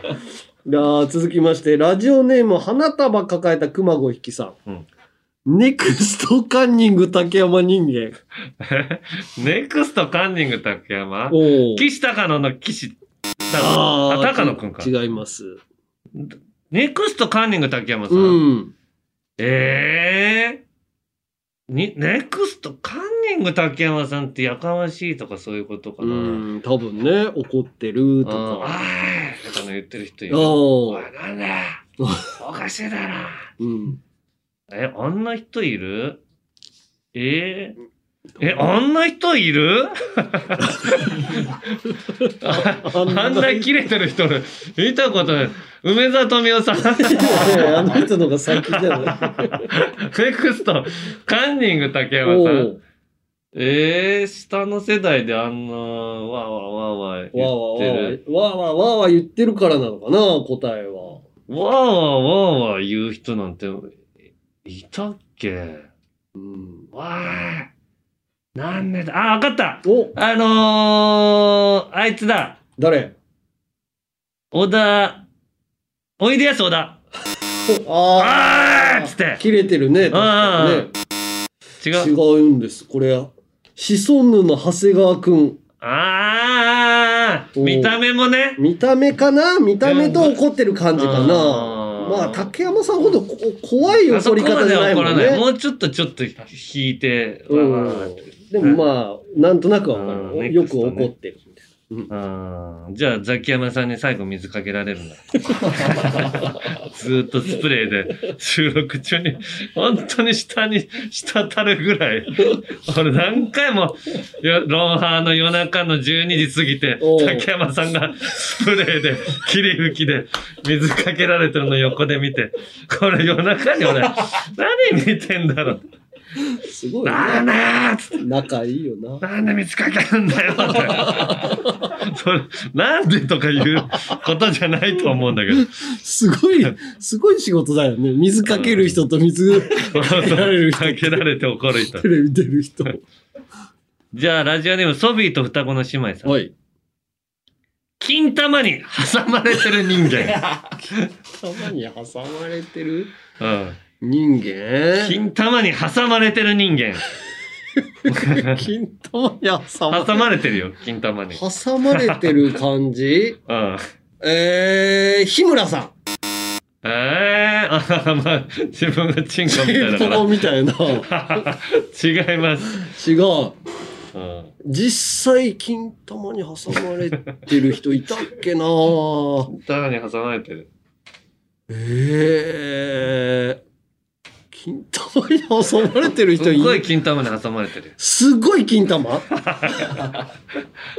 じゃあ続きましてラジオネーム花束抱えた熊五匹さん、
うん
ネクストカンニング竹山人間
[laughs] ネクストカンニング竹山
おお
岸高野の岸高
あ
野。あ、
ー
高野くんか。
違います
ネクストカンニング竹山さ。
うんん
ええに、ネクストカンニング竹山さんってやかましいとかそういうことか
う
な。
ん多分ね怒ってると
あ
か
ーとかの言ってる人い
あ
る。お
あ
い、なんだよおかしいだろ。
うん
え、あんな人いるえー、え、あんな人いる [laughs] あ
あんな
あんな切れてる人、見たことない。梅沢富美男さ [laughs] ん。
いやあの人の方が先じゃない
ネクスト、カンニング竹
お
山さん。
う
えー、下の世代であんな、わーわーわーわー
わ
言ってる。
あわあわあわあわあわあ言ってるからなのかな答えは
わーわーわーわー言う人なんて、いたっけ
うん
わーなんでだあ、わかった
お
あのー、あいつだ。
誰
小田、おいでやす小田。
おあ
あーっつって。
切れてるね確かにね
違
違
う。
うんです。これ、シソンヌの長谷川くん。
あー、
おう
見た目もね。
見た目かな見た目と怒ってる感じかな
あー
まあ、竹山さんほどこ怖い
あそ
怒
こ
り
ま
方じ
で
ゃな
はい怒
も
ら
ん
ない。も
ね。
うちょっとちょっと引いて、わ
う
ーわー
ん
って。
でもまあ、なんとなくはわか
う
る。
ん
よく怒ってるみたい
あーじゃあ、ザキヤマさんに最後水かけられ
[laughs]
るんだ。ずーっとスプレーで収録中に、本当に下に滴るぐらい。俺何回も、よロンハーの夜中の12時過ぎて
おう、
ザ山さんがスプレーで、霧吹きで水かけられてるの横で見て、これ夜中に俺、何見てんだろう。
な。すごい
な
ね
ん。だーっつって。
仲いいよな。
なんで見つかけるんだ [laughs] よって。それ、なんでとかいうことじゃないと思うんだけど。
すごい、すごい仕事だよね。水かける人
[laughs]
と水
か
けられる人
けられて怒る人
テ。レビ出る人。
じゃあ、ラジオネーム、ソビーと双子の姉妹さん。
はい。
金玉に挟まれてる人間。
たまに挟まれてる
うん。
人間
金玉に挟まれてる人間。
金玉に挟まれ
挟まれてるよ、金玉に。
挟まれてる感じ [laughs]
うん。
えー、日村さ
ええー、あまあ、自分がチンコ
ん。
みたいだか
子みたいな。
ら。違います。
違う。
うん。
実際、金玉に挟まれてる人いたっけな
金玉に挟まれてる。
えー、金玉に挟まれてる人
すっ
い
ごい
る。
金玉に挟まれてる。
すごい金玉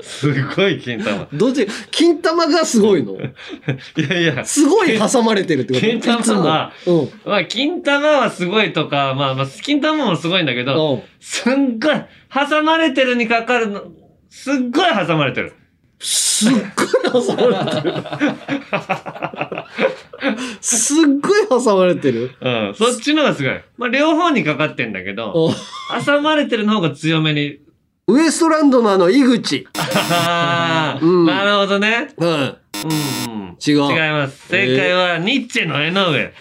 すごい金玉。
どっち、金玉がすごいの
[laughs] いやいや、
すごい挟まれてるってこと
金玉はい
つも
まあ、金玉はすごいとか、まあ、まあ、金玉もすごいんだけ
う
ど、
ん。うん。
すんごい、挟まれてるにかかるの、すっごい挟まれてる。 [laughs]
すっごい挟まれてる。すっごい挟まれてる。
うん、そっちの方がすごい。まあ、両方にかかってんだけど、
うん
挟まれてるの方が強めに [laughs]
ウエストランドのあの、井口。
あー
うん
なるほどね。
うん。
うんうん。
違
違
う
います。正解は、ニッチェの江上。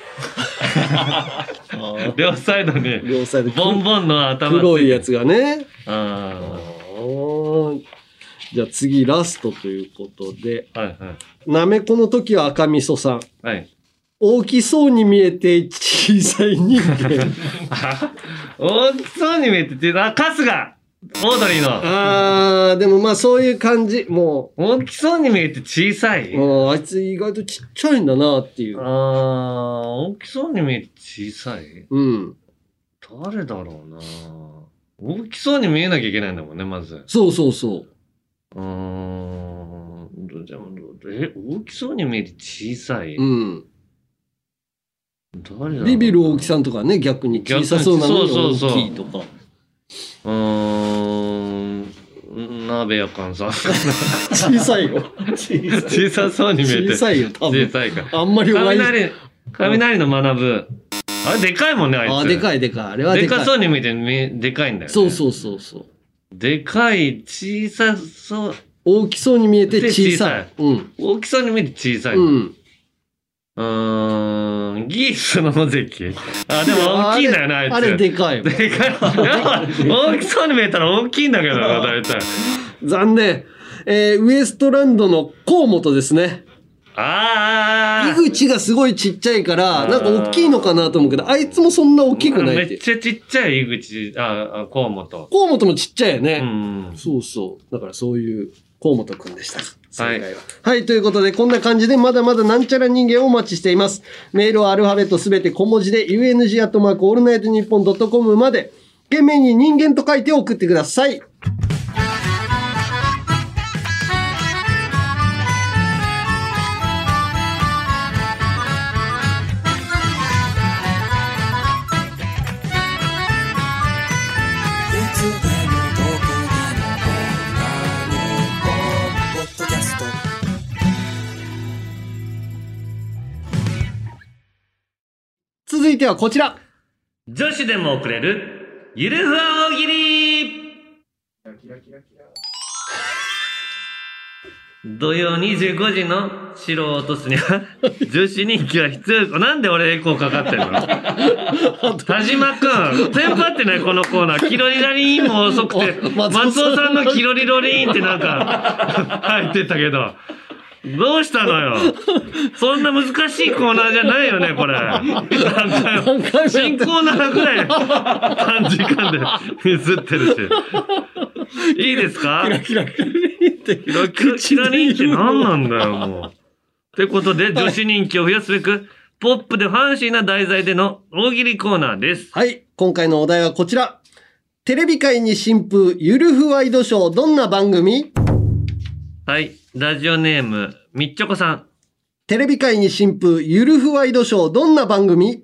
両サイドに、
両サイド
ボンボンの頭
黒いや
が。
つがね。
あ
うんじゃあ次、ラストということで。
ーはいは
なめこの時は赤味噌さん。
い。はい。
大きそうに見えて小さい人 [laughs] 間。
大きそうに見えてて、あ、春日オードリーの。
あー、でもまあそういう感じ。も、
大きそうに見えて小さいう
うんあいつ意外とちっちゃいんだなってい
あー、
う。
大きそうに見えて小さい
うん。
誰だろうな大きそうに見えなきゃいけないんだもんね、まず。
そうそうそう。
うーん。どでもどえ、大きそうに見えて小さい、
うん。
誰だろうな
ビビる大きさんとかね、逆に小さそうなのに大きいとか。
うーん。鍋やかんさん。 [laughs]
[laughs] 小さいよ。
小さそうに見えて。
小さいよ、多
小
分。
さいか。
あんまりお会い
雷、雷の学ぶ。あれ、でかいもんね、あいつ。
あ、でか
い。
いでかい。あれはで
で
かい。
かそうに見えてめ、でかいんだよ、ね。
そうそうそうそう。
でかい、小さそう、
大きそうに見えて小さい。うん。
大きそうに見えて小さい。
う。
うんーん、ギースの野関。あ、でも大きいんだよね、あいつ。
あれでかいよ。
でかい。やっぱ大きそうに見えたら大きいんだけど
[laughs]
な、大体。
残念。えー、ウエストランドの河本ですね。
あ
井
ー
口がすごいちっちゃいから、
あー
なんか大きいのかなと思うけど、あいつもそんな大きくないって
め
い
っ
う。
ちゃちっちゃい、井口、あ、あ河本。
河本もちっちゃいよ
う
ね。
ん。
そうそう。だからそういう河本くんでした。
はい
正解は。はい、ということで、こんな感じで、まだまだなんちゃら人間をお待ちしています。メールはアルファベットすべて小文字で、u n g アットマークオールナイトニッポンドットコムまで、懸命に人間と書いて送ってください。続いてはこち
[laughs]
ら。
女子でも送れる、ゆるふわ大喜利土曜25時の城を落とすには、女子人気は必要。なんで俺エコーかかってるの田島くん、テンパってないこのコーナー。キロリラリーンも遅くて、
お松尾さん
松尾さんのキロリロリーンってなんか入ってたけど。どうしたのよそんな難しいコーナーじゃないよね、これ。なんかよ、新コーナーぐらい短時間でミスってるし。いいですか
キラキラリンって
キラキラキラ人気何なんだよ、もう。ってことで、女子人気を増やすべく、ポップでファンシーな題材での大喜利コーナーです。
はい、今回のお題はこちら。テレビ界に新風、ゆるふワイドショー、どんな番組
はい。ラジオネーム、みっちょこさん。
テレビ界に新風、ゆるふワイドショー、どんな番組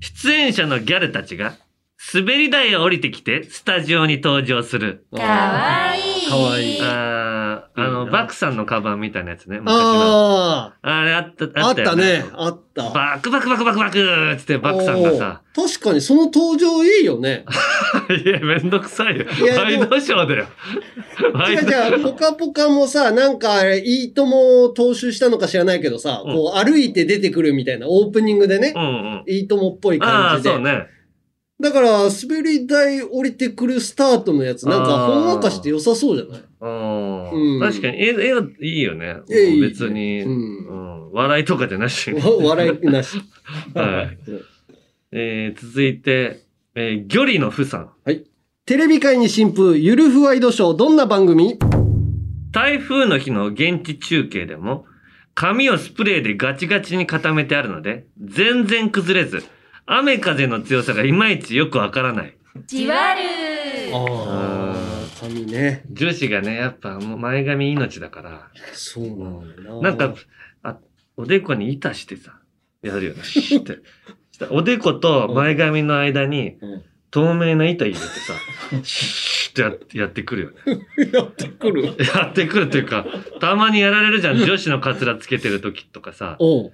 出演者のギャルたちが、滑り台を降りてきて、スタジオに登場する。
かわいい
かわいい
あーあの、バクさんのカバンみたいなやつね、昔の。
あ
あれあった、
あ、あっ
よ
たね。あった。
バクバクバクバクバクーっつってバクさんがさ、
おー確かにその登場いいよね。
いや、めんどくさいよ。
いやでも
ワイドショーだよ。ワ
違
イド
う違う、ぽかぽかもさ、なんかあれ、いいともを踏襲したのか知らないけどさ、
うん
こう歩いて出てくるみたいなオープニングでね
う、んうん。
いいともっぽい
ああー、
感じで。
そうね。
だから、滑り台降りてくるスタートのやつ、なんか、
あー
ほんわかして良さそうじゃない [laughs]
うん。
うん
確かに、絵、絵はいいよね。
絵いいね
別に、
うん
うん笑いとかじゃなしに。
わ笑いなし。
[laughs] はい
うん
えー、続いて、えー、魚類の父さん。
テレビ界に新風、ゆるふワイドショー、どんな番組
台風の日の現地中継でも、髪をスプレーでガチガチに固めてあるので、全然崩れず、雨風の強さがいまいちよくわからない。
じわる
ああ、髪ね。
女子がね、やっぱもう前髪命だから。
そうなんだよ
なんか、、あ、おでこに板してさ、やるよね。シュ
[laughs]
ッて。したらおでこと前髪の間に
うん、
透明な板入れてさ、シュッてやってやってくるよね。
[laughs] やってくる。
やってくるっていうか、たまにやられるじゃん。女子のカツラつけてる時とかさ、
おう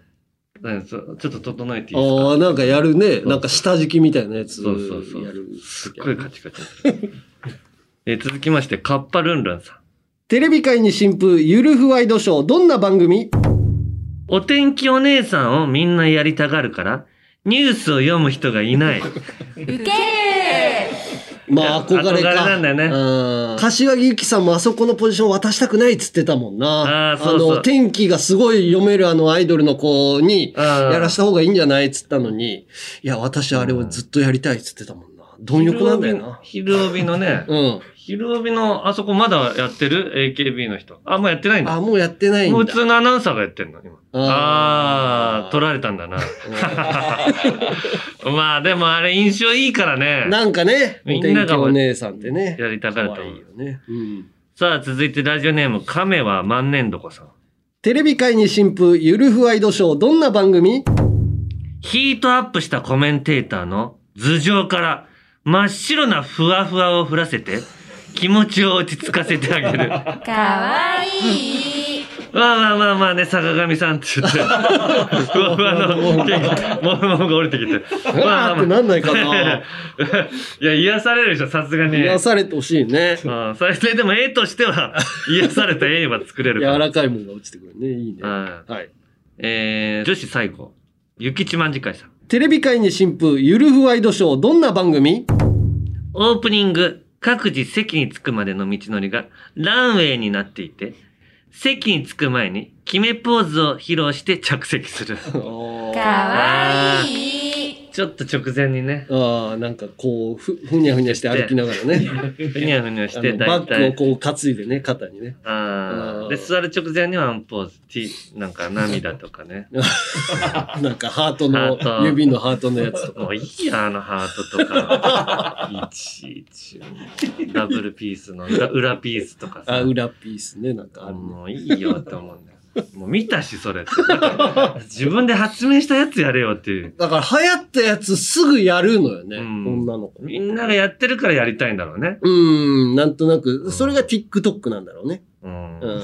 うんそうちょっと整えていいですか
ああ、なんかやるね。
う
なんか下敷きみたいなやつ。
そうそうそう
やる。
すっごいカチカチ。えー続きまして、カッパルンルンさん。
テレビ界に新風、ゆるふワイドショー、どんな番組
お天気お姉さんをみんなやりたがるから、ニュースを読む人がい
[laughs]
ない。
受ける
まあ、憧れ
憧
か。
れなんだよね
うん柏木由紀さんもあそこのポジション渡したくないっつってたもんな。
あーそうそう
の、天気がすごい読めるあのアイドルの子に、
あー
やらした方がいいんじゃないっつったのに、いや、私あれをずっとやりたいっつってたもんな。貪欲なんだよな。
昼帯のね、
うん。
昼帯の、あそこまだやってる ?AKB の人。あ、もうやってないんだ。
あ、もうやってないん
もう
だ
普。通のアナウンサーがやってんの、今。
あー
ああー取られたんだな。 [laughs] まあでもあれ印象いいからね。
なんかね、お
み
天
んな
気
が
お姉さんってね。
やりたがると
可愛
思
いうよ。ね。うん。
さあ続いてラジオネーム、亀は万年床さん。
テレビ界に新風、ゆるふワイドショー、どんな番組
ヒートアップしたコメンテーターの頭上から真っ白なふわふわを降らせて気持ちを落ち着かせてあげる。わ
かわいい
あまあまあまあね、坂上さんって言って、ふわふわのケーキ、もふもふが降りてきて。
うわーってなんないかな
いや、癒されるでしょ、さすがに。
癒されてほしいね。
うんそれででも絵としては、癒された絵は作れる
柔
から。
らかいものが落ちてくるね。いいね。
うん
はい。
えー、女子最後。ゆきちまんじかいさん。
テレビ界に新風、ゆるふワイドショー、どんな番組
オープニング、各自席に着くまでの道のりがランウェイになっていて、席に着く前に決めポーズを披露して着席する。
か
わ
いい
ちょっと直前にね、
ああ、なんかこう、ふ、ふにゃふにゃして歩きながらね。
ふにゃふにゃ
あ
して
の
大
バッ
体。
グをこう担いでね、肩にね。
あ
うん
ーで、座る直前にワンポーズ、T、なんか涙とか
[laughs]
ね。
なんかハート
ハ
の
ー、ト
指のハートの
[laughs]
やつとか。
もういいや、あのハートとか。
[laughs]
いちいち。ダブルピースの裏裏ピースとかさ。
あ、裏ピースね、なんかあるね。
もういいよって思うんだよ。もう見たし、それって。だから自分で発明したやつやれよっていう。
だから流行ったやつすぐやるのよね、
うん
女の子。
みんながやってるからやりたいんだろうね。
うん、なんとなく、それが TikTok なんだろうね。
うん。
うん。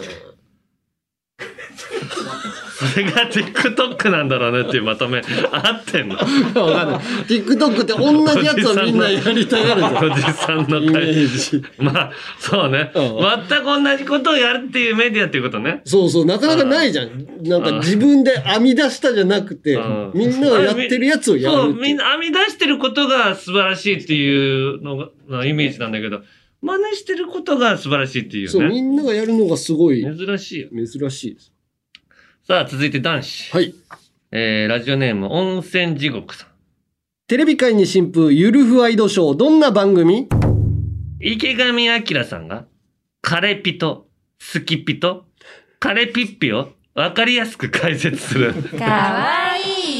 それが TikTok なんだろうねっていうまとめ。合ってんの
わかんない。TikTok って同じやつをみんなやりたがるじゃん。
おじさん
イ
の
メ
会
ージ。
まあ、そうね。
う
全く同じことをやるっていうメディアっていうことね。
そうそう、なかなかないじゃん。なん
う
か
ん
自分で編み出したじゃなくて
うん、
みんながやってるやつをや
そう、
るって
み
い
ん
う。
な編み出してることが素晴らしいっていうのが、のイメージなんだけど、真似してることが素晴らしいっていう
そう、
ね
み。んながやるのがすごい
珍しいよ。
珍しいです。
さあ、続いて男子。
はい。
えー、ラジオネーム、温泉地獄さん。
テレビ界に新風、ゆるふワイドショー、どんな番組
池上彰さんが、カレピと、スキピと、カレピッピを分かりやすく解説す
[laughs]
る。
かわい
い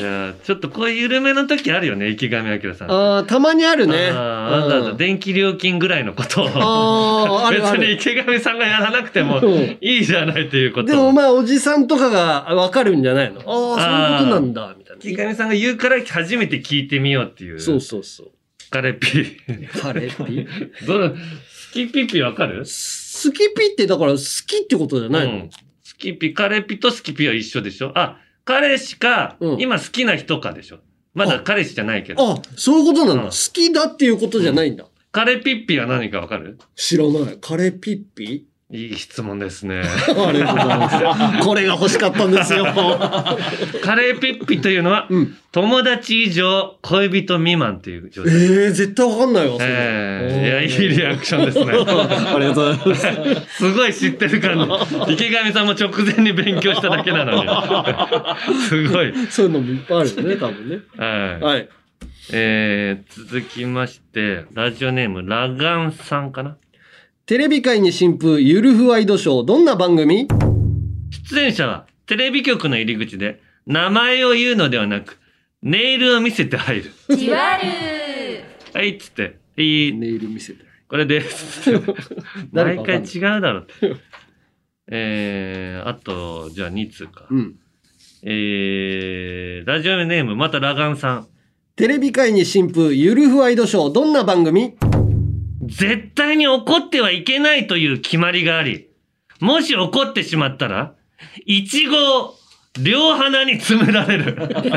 い
やーちょっとこういう緩めの時あるよね、池上彰さん。
ああ、たまにあるね。
あーわざわざ電気料金ぐらいのことを。
あーあ
[laughs] 別
るある
に池上さんがやらなくても
うん
いいじゃないというこ
でも
と。
まあ、おじさんとかがわかるんじゃないのああ、そういうことなんだ、みたいな。
池上さんが言うから初めて聞いてみようっていう。
そうそうそう。
カレピ。 [laughs]
カレーピ
どの、スキピピわかる
スキピってだから好きってことじゃないの、
うんスキピ、カレピとスキピは一緒でしょあ、彼氏か、
うん
今好きな人かでしょまだ彼氏じゃないけど。
あ、そういうことなんだ。
うん
好きだっていうことじゃないんだ。
カレピッピは何かわかる
知らない。カレーピッピ
いい質問ですね。
[laughs] ありがとうござい [laughs] ます。これが欲しかったんですよ。
カレーピッピというのは、
うん
友達以上、恋人未満という状
え [laughs] え
態。
絶対わかんないわ。それ
えーいや、いいリアクションですね。
[laughs] ありがとうございます。
すごい知ってる感じ。池上さんも直前に勉強しただけなの
[laughs]
に。すごい。
そういうのもいっぱいあるよね、多分ね。
はい。
はい。
えー、続きまして、ラジオネーム、ラガンさんかな
テレビ界に新風、ゆるふワイドショー、どんな番組
出演者は、テレビ局の入り口で、名前を言うのではなく、ネイルを見せて入る。
じわる
はい、っつって、いい、
ネイル見せて。
これです。
[laughs] 誰
毎
かわかんない
回違うだろう。えー、あと、じゃあ2通か。
うん。
えー、ラジオネーム、またラガンさん。
テレビ界に新風、ゆるふワイドショー、どんな番組
絶対に怒ってはいけないという決まりがあり、もし怒ってしまったら、イチゴを両鼻に詰められ
[laughs]
る。
いけー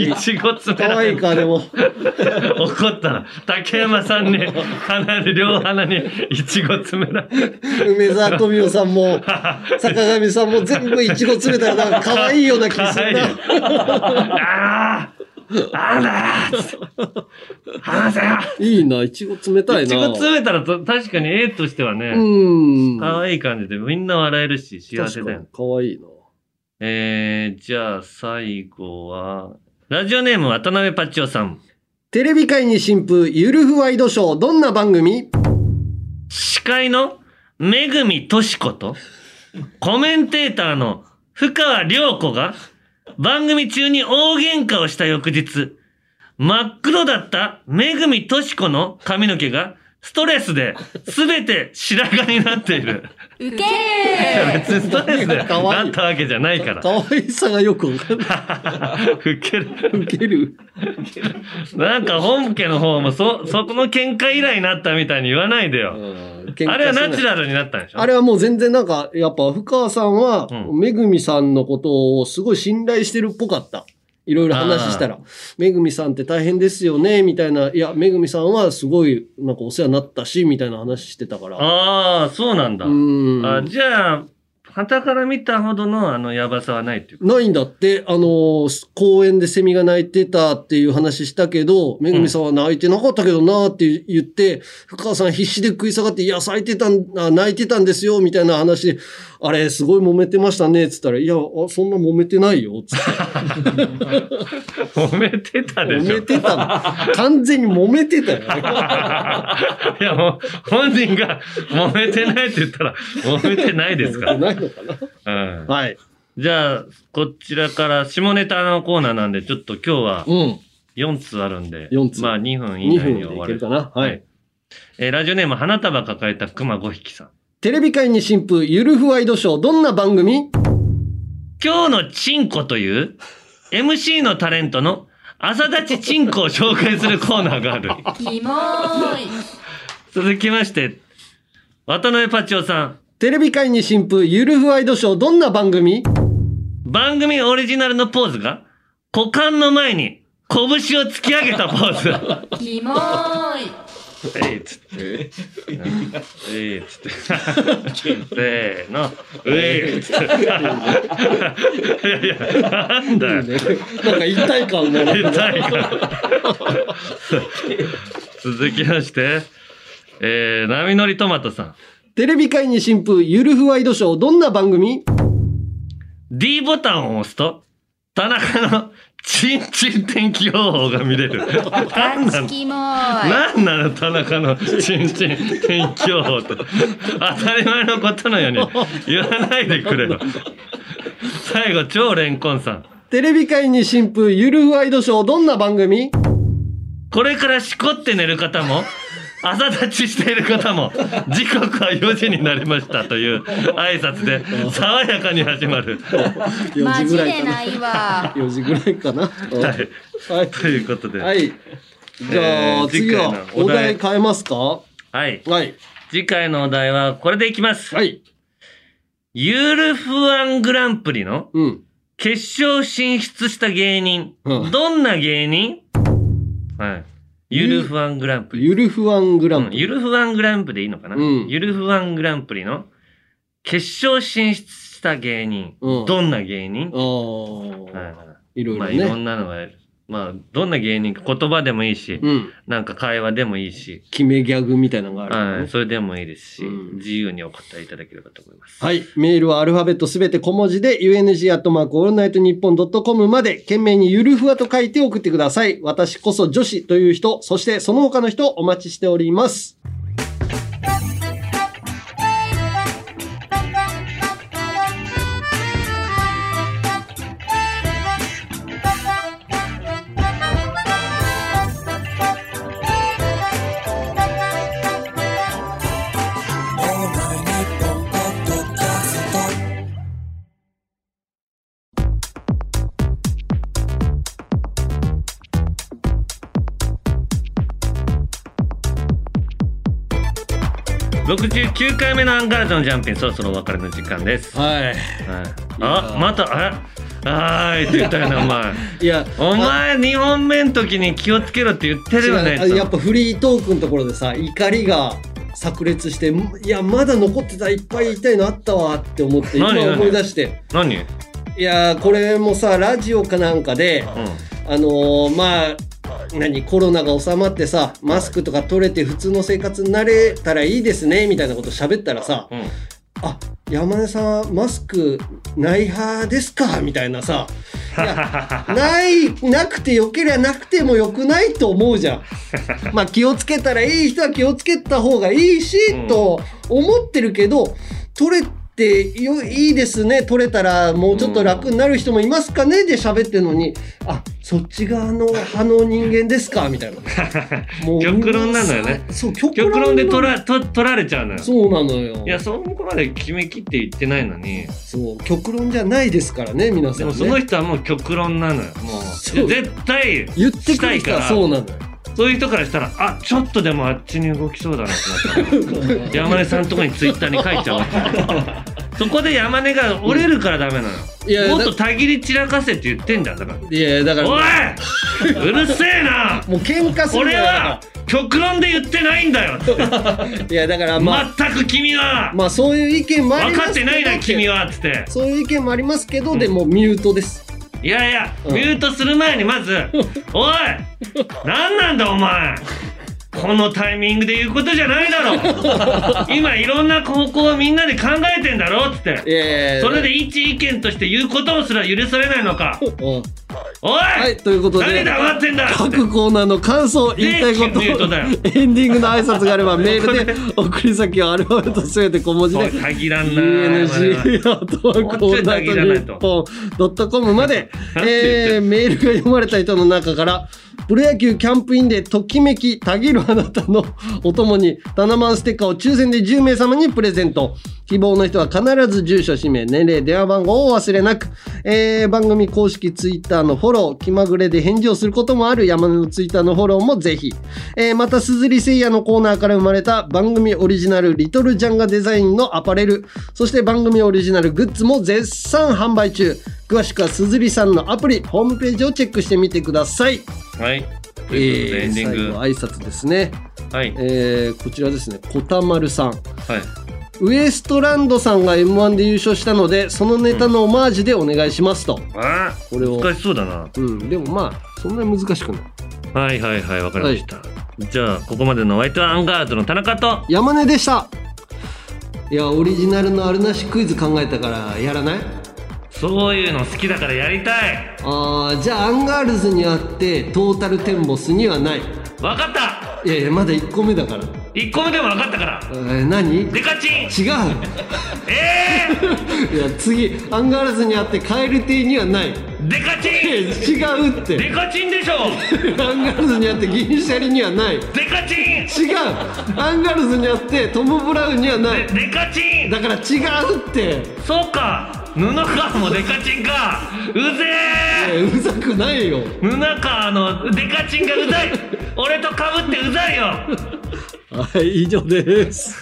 いちご詰め
可
られ
愛い
る。
か、でも。
[laughs] 怒ったら、竹山さんに、鼻に、両鼻にいちご詰められる。
梅沢富美男さ
[laughs]
んも、坂上さんも全部いちご詰めたら、なんか可愛いような気するな。
[laughs] あああらーつって話せよ
いいな、いちご冷たいな。
いちご詰めたらと確かに A としては
う
ね、
ん。
可愛い感じでみんな笑えるし幸せだ
確か
よ
に
ね。
可愛いな。
えー、じゃあ最後は、ラジオネーム渡辺パッチオさん。
テレビ界に新風、ゆるふワイドショー、どんな番組
司会のめぐみとしこと、コメンテーターの深川涼子が、番組中に大喧嘩をした翌日、真っ黒だっためぐみとしこの髪の毛が、ストレスで、すべて白髪になっている。
いけー
別にストレスでな
かわいい
ったわけじゃないから。
可愛さがよくわかんない。
ウケる。
ウケる。
なんか本家の方もそ、そこの喧嘩以来になったみたいに言わないでよ。あ
あ
れはナチュラルになったんでしょ
あれはもう全然なんか、やっぱ、深川さんは、
う
めぐみさんのことをすごい信頼してるっぽかった。いろいろ話したら、めぐみさんって大変ですよね、みたいな、いや、めぐみさんはすごい、なんかお世話になったし、みたいな話してたから。
ああ、そうなんだ。
うん。
あじゃあ、旗から見たほどのあのやばさはないっていう
[laughs]
か。
ないんだって、あのー公園でセミが鳴いてたっていう話したけど、めぐみさんは泣いてなかったけどなーって言って、深川さん必死で食い下がって、いや、咲いてたん、あ泣いてたんですよ、みたいな話で、あれ、すごい揉めてましたね、つったら、いや、あそんな揉めてないよ、つって。
揉めてたで
揉
しょ。
めてたの。完全に揉めて
[laughs]
たよ。
いやもう、本人が揉めてないって言ったら、揉めてないですから。
ないのかな
うん、
はい。
じゃあ、こちらから下ネタのコーナーなんで、ちょっと今日は
うん。
4つあるんで、
四通
まあ2分以
2
内
分
に
で
終
い
わ
ける
る
か。な。はい。。
えーラジオネーム、花束抱えた熊5匹さん。
テレビ界に新風、ゆるふワイドショー、どんな番組
今日のチンコという MC のタレントの朝立ちチンコを紹介するコーナーがある。
キモーい
続きまして、渡辺パチオさん。
テレビ界に新風、ゆるふワイドショー、どんな番組
番組オリジナルのポーズが、股間の前に拳を突き上げたポーズ。
キモーい
えいっつって。えいっつって。せーの。えいっつって。いやいや、なんだよ。
なんか痛い感がね。
痛いから。 [laughs] 続きまして、えー、波乗りトマトさん。
テレビ界に新風、ゆるふワイドショー、どんな番組
D ボタンを押すと、田中のチンチン天気予報が見れる。なんなの
キモーい
なんなの田中のチンチン天気予報って。当たり前のことのように言わないでくれよ。最後、超レンコンさん。
テレビ界に新風、ゆるふワイドショー、どんな番組
これからしこって寝る方も、朝立ちしている方も、時刻は4時になりましたという挨拶で、爽やかに始まる。
?4 時ぐらいかな。
いわ
4時ぐらいかな。
はい。
はい。
ということで、は。
はいい。じゃ
え
あ、
ー
次
次回
は
の
お
お題
題変えますかははい。
次回のお題はこれでいきます。
はい。
ユールフアングランプリの
うん。
決勝進出した芸人。
うん
どんな芸人はい。ゆるふわんグランプリ。
ゆるふワングラ
う
ン
ん
プリ。
ゆるふわんグランプリでいいのかな、
うん
ゆるふわんグランプリの決勝進出した芸人。
うん
どんな芸人
あ、
はい
あ。いろい
ま
ろ
あいろ
ね。
んなのがまあどんな芸人か言葉でもいいし、
うん。
なんか会話でもいいし、
決めギャグみたいなのがあるから
は
ね
い、。それでもいいですし、
うん
自由にお答えいただければと思います。
はい。メールはアルファベットすべて小文字で、u n g アットマークオールナイトニッポンドットコムまで、懸命にゆるふわと書いて送ってください。私こそ女子という人、そしてその他の人お待ちしております。
69回目のアンガールズのジャンピンそろそろお別れの時間です。はい
はい。
あ、また、ああーいって言ったよな、お
[laughs]
前。
いや、
お前、2本目の時に気をつけろって言ってるよね。
違うあやっぱフリートークのところでさ怒りが炸裂してんいやまだ残ってたいっぱい言いたいのあったわって思って今
何何
思い出して
何うん。
いやーこれもさラジオかなんかであのーまあ何コロナが収まってさマスクとか取れて普通の生活になれたらいいですねみたいなこと喋ったらさ
うん。
あ山根さんマスクない派ですかみたい
[laughs]
なさいやないなくてよけりゃなくてもよくないと思うじ
[laughs]
ゃんまあ気をつけたらいい人は気をつけた方がいいし、
うん
と思ってるけど取れてよいいですね取れたらもうちょっと楽になる人もいますかねで喋ってるのにあそっち側の派の人間ですかみた
[laughs]
いなも
極論なのよね
そう極論
極論で取
なの
らと取られちゃうのよ。
そうなのよ
いや、そこまで決めきって言ってないのに、
そう極論じゃないですからね皆さ
で
ん
も
ね
その人はもう極論なのよ。もう、
そう
絶対、
言ってくる人はそうなのよ
そういう人からしたら、あ、ちょっとでもあっちに動きそうだなってなったの
[laughs]
山根さんのとこにツイッターに書いちゃうわけそこで山根が折れるからダメなの。
いや
もっとたぎり散らかせって言ってんだよだから。
いやだから
おいうるせえ
[laughs]
な
もう喧嘩する
俺
なら
は極論で言ってないんだよって
いやだからまあ、
全く君は
まあそういう意見もあり
分
ます
かってないな
けど
君はっつって
そういう意見もありますけど、
うん
でもミュートです
いやいや、
うん
ミュートする前にま
[laughs]
ず「おい何なんだお前このタイミングで言うことじゃないだ
[laughs]
ろ今いろんな方向をみんなで考えてんだろ」っつっ
い
て
やいや
それで一意見として言うことをすら許されないのか
うん
おい、
はいということ
何
で
黙ってんだっつって
各コーナーの感想言いたいこと
ミュートだよ
エンディングの挨拶があ
[laughs]
ればメールで送り先をアルファベットすべて小文字
おい
で
たぎらんな我々は
UNG アートワークオールナイトニッポンドットコム
[laughs]
まで、
なんて言って
えー、メールが読まれた人の中から、プロ野球キャンプインでときめきたぎるあなたのお供に、タナマンステッカーを抽選で10名様にプレゼント。希望の人は必ず住所、氏名、年齢、電話番号をお忘れなく、えー、番組公式ツイッターのフォロー、気まぐれで返事をすることもある山根のツイッターのフォローもぜひ。えーまた、鈴木誠也のコーナーから生まれた番組オリジナルリトルジャンガデザインのアパレル、そして番組オリジナルグッズも絶賛販売中。詳しくは鈴木さんのアプリ、ホームページをチェックしてみてください。
はい
え
ということでエンディン
最
グ
後挨拶ですね。
はい
えーこちらですね、こたまるさん。
はい
ウエストランドさんが M1 で優勝したので、そのネタのオマージュでお願いしますと。
あ
これを
ー。難しそうだな
うん、でもまあ、そんなに難しくない。
はいはいはいわかりました、じゃあここまでのワイトアンガールズの田中と
山根でしたいやオリジナルのあるなしクイズ考えたからやらない
そういうの好きだからやりたい
あーじゃあアンガールズにあってトータルテンボスにはない
わかった
いやいやまだ1個目だから、
1個目でもわかったから
えー何違う
デカチンえ
[laughs] いや次アンガールズにあって蛙亭にはないい
ー、デカ
や
チン
違うって
デカチンでしょ
アンガールズにあって銀シャリにはない違う
デカチン
アンガールズにあってトム・ブラウンにはない
デカチン
だから違うって
そうか布川もデカチンかうぜ
いやうざくないよ
え布川のデカチンがうざい俺とかぶってうざいよ
はい以上です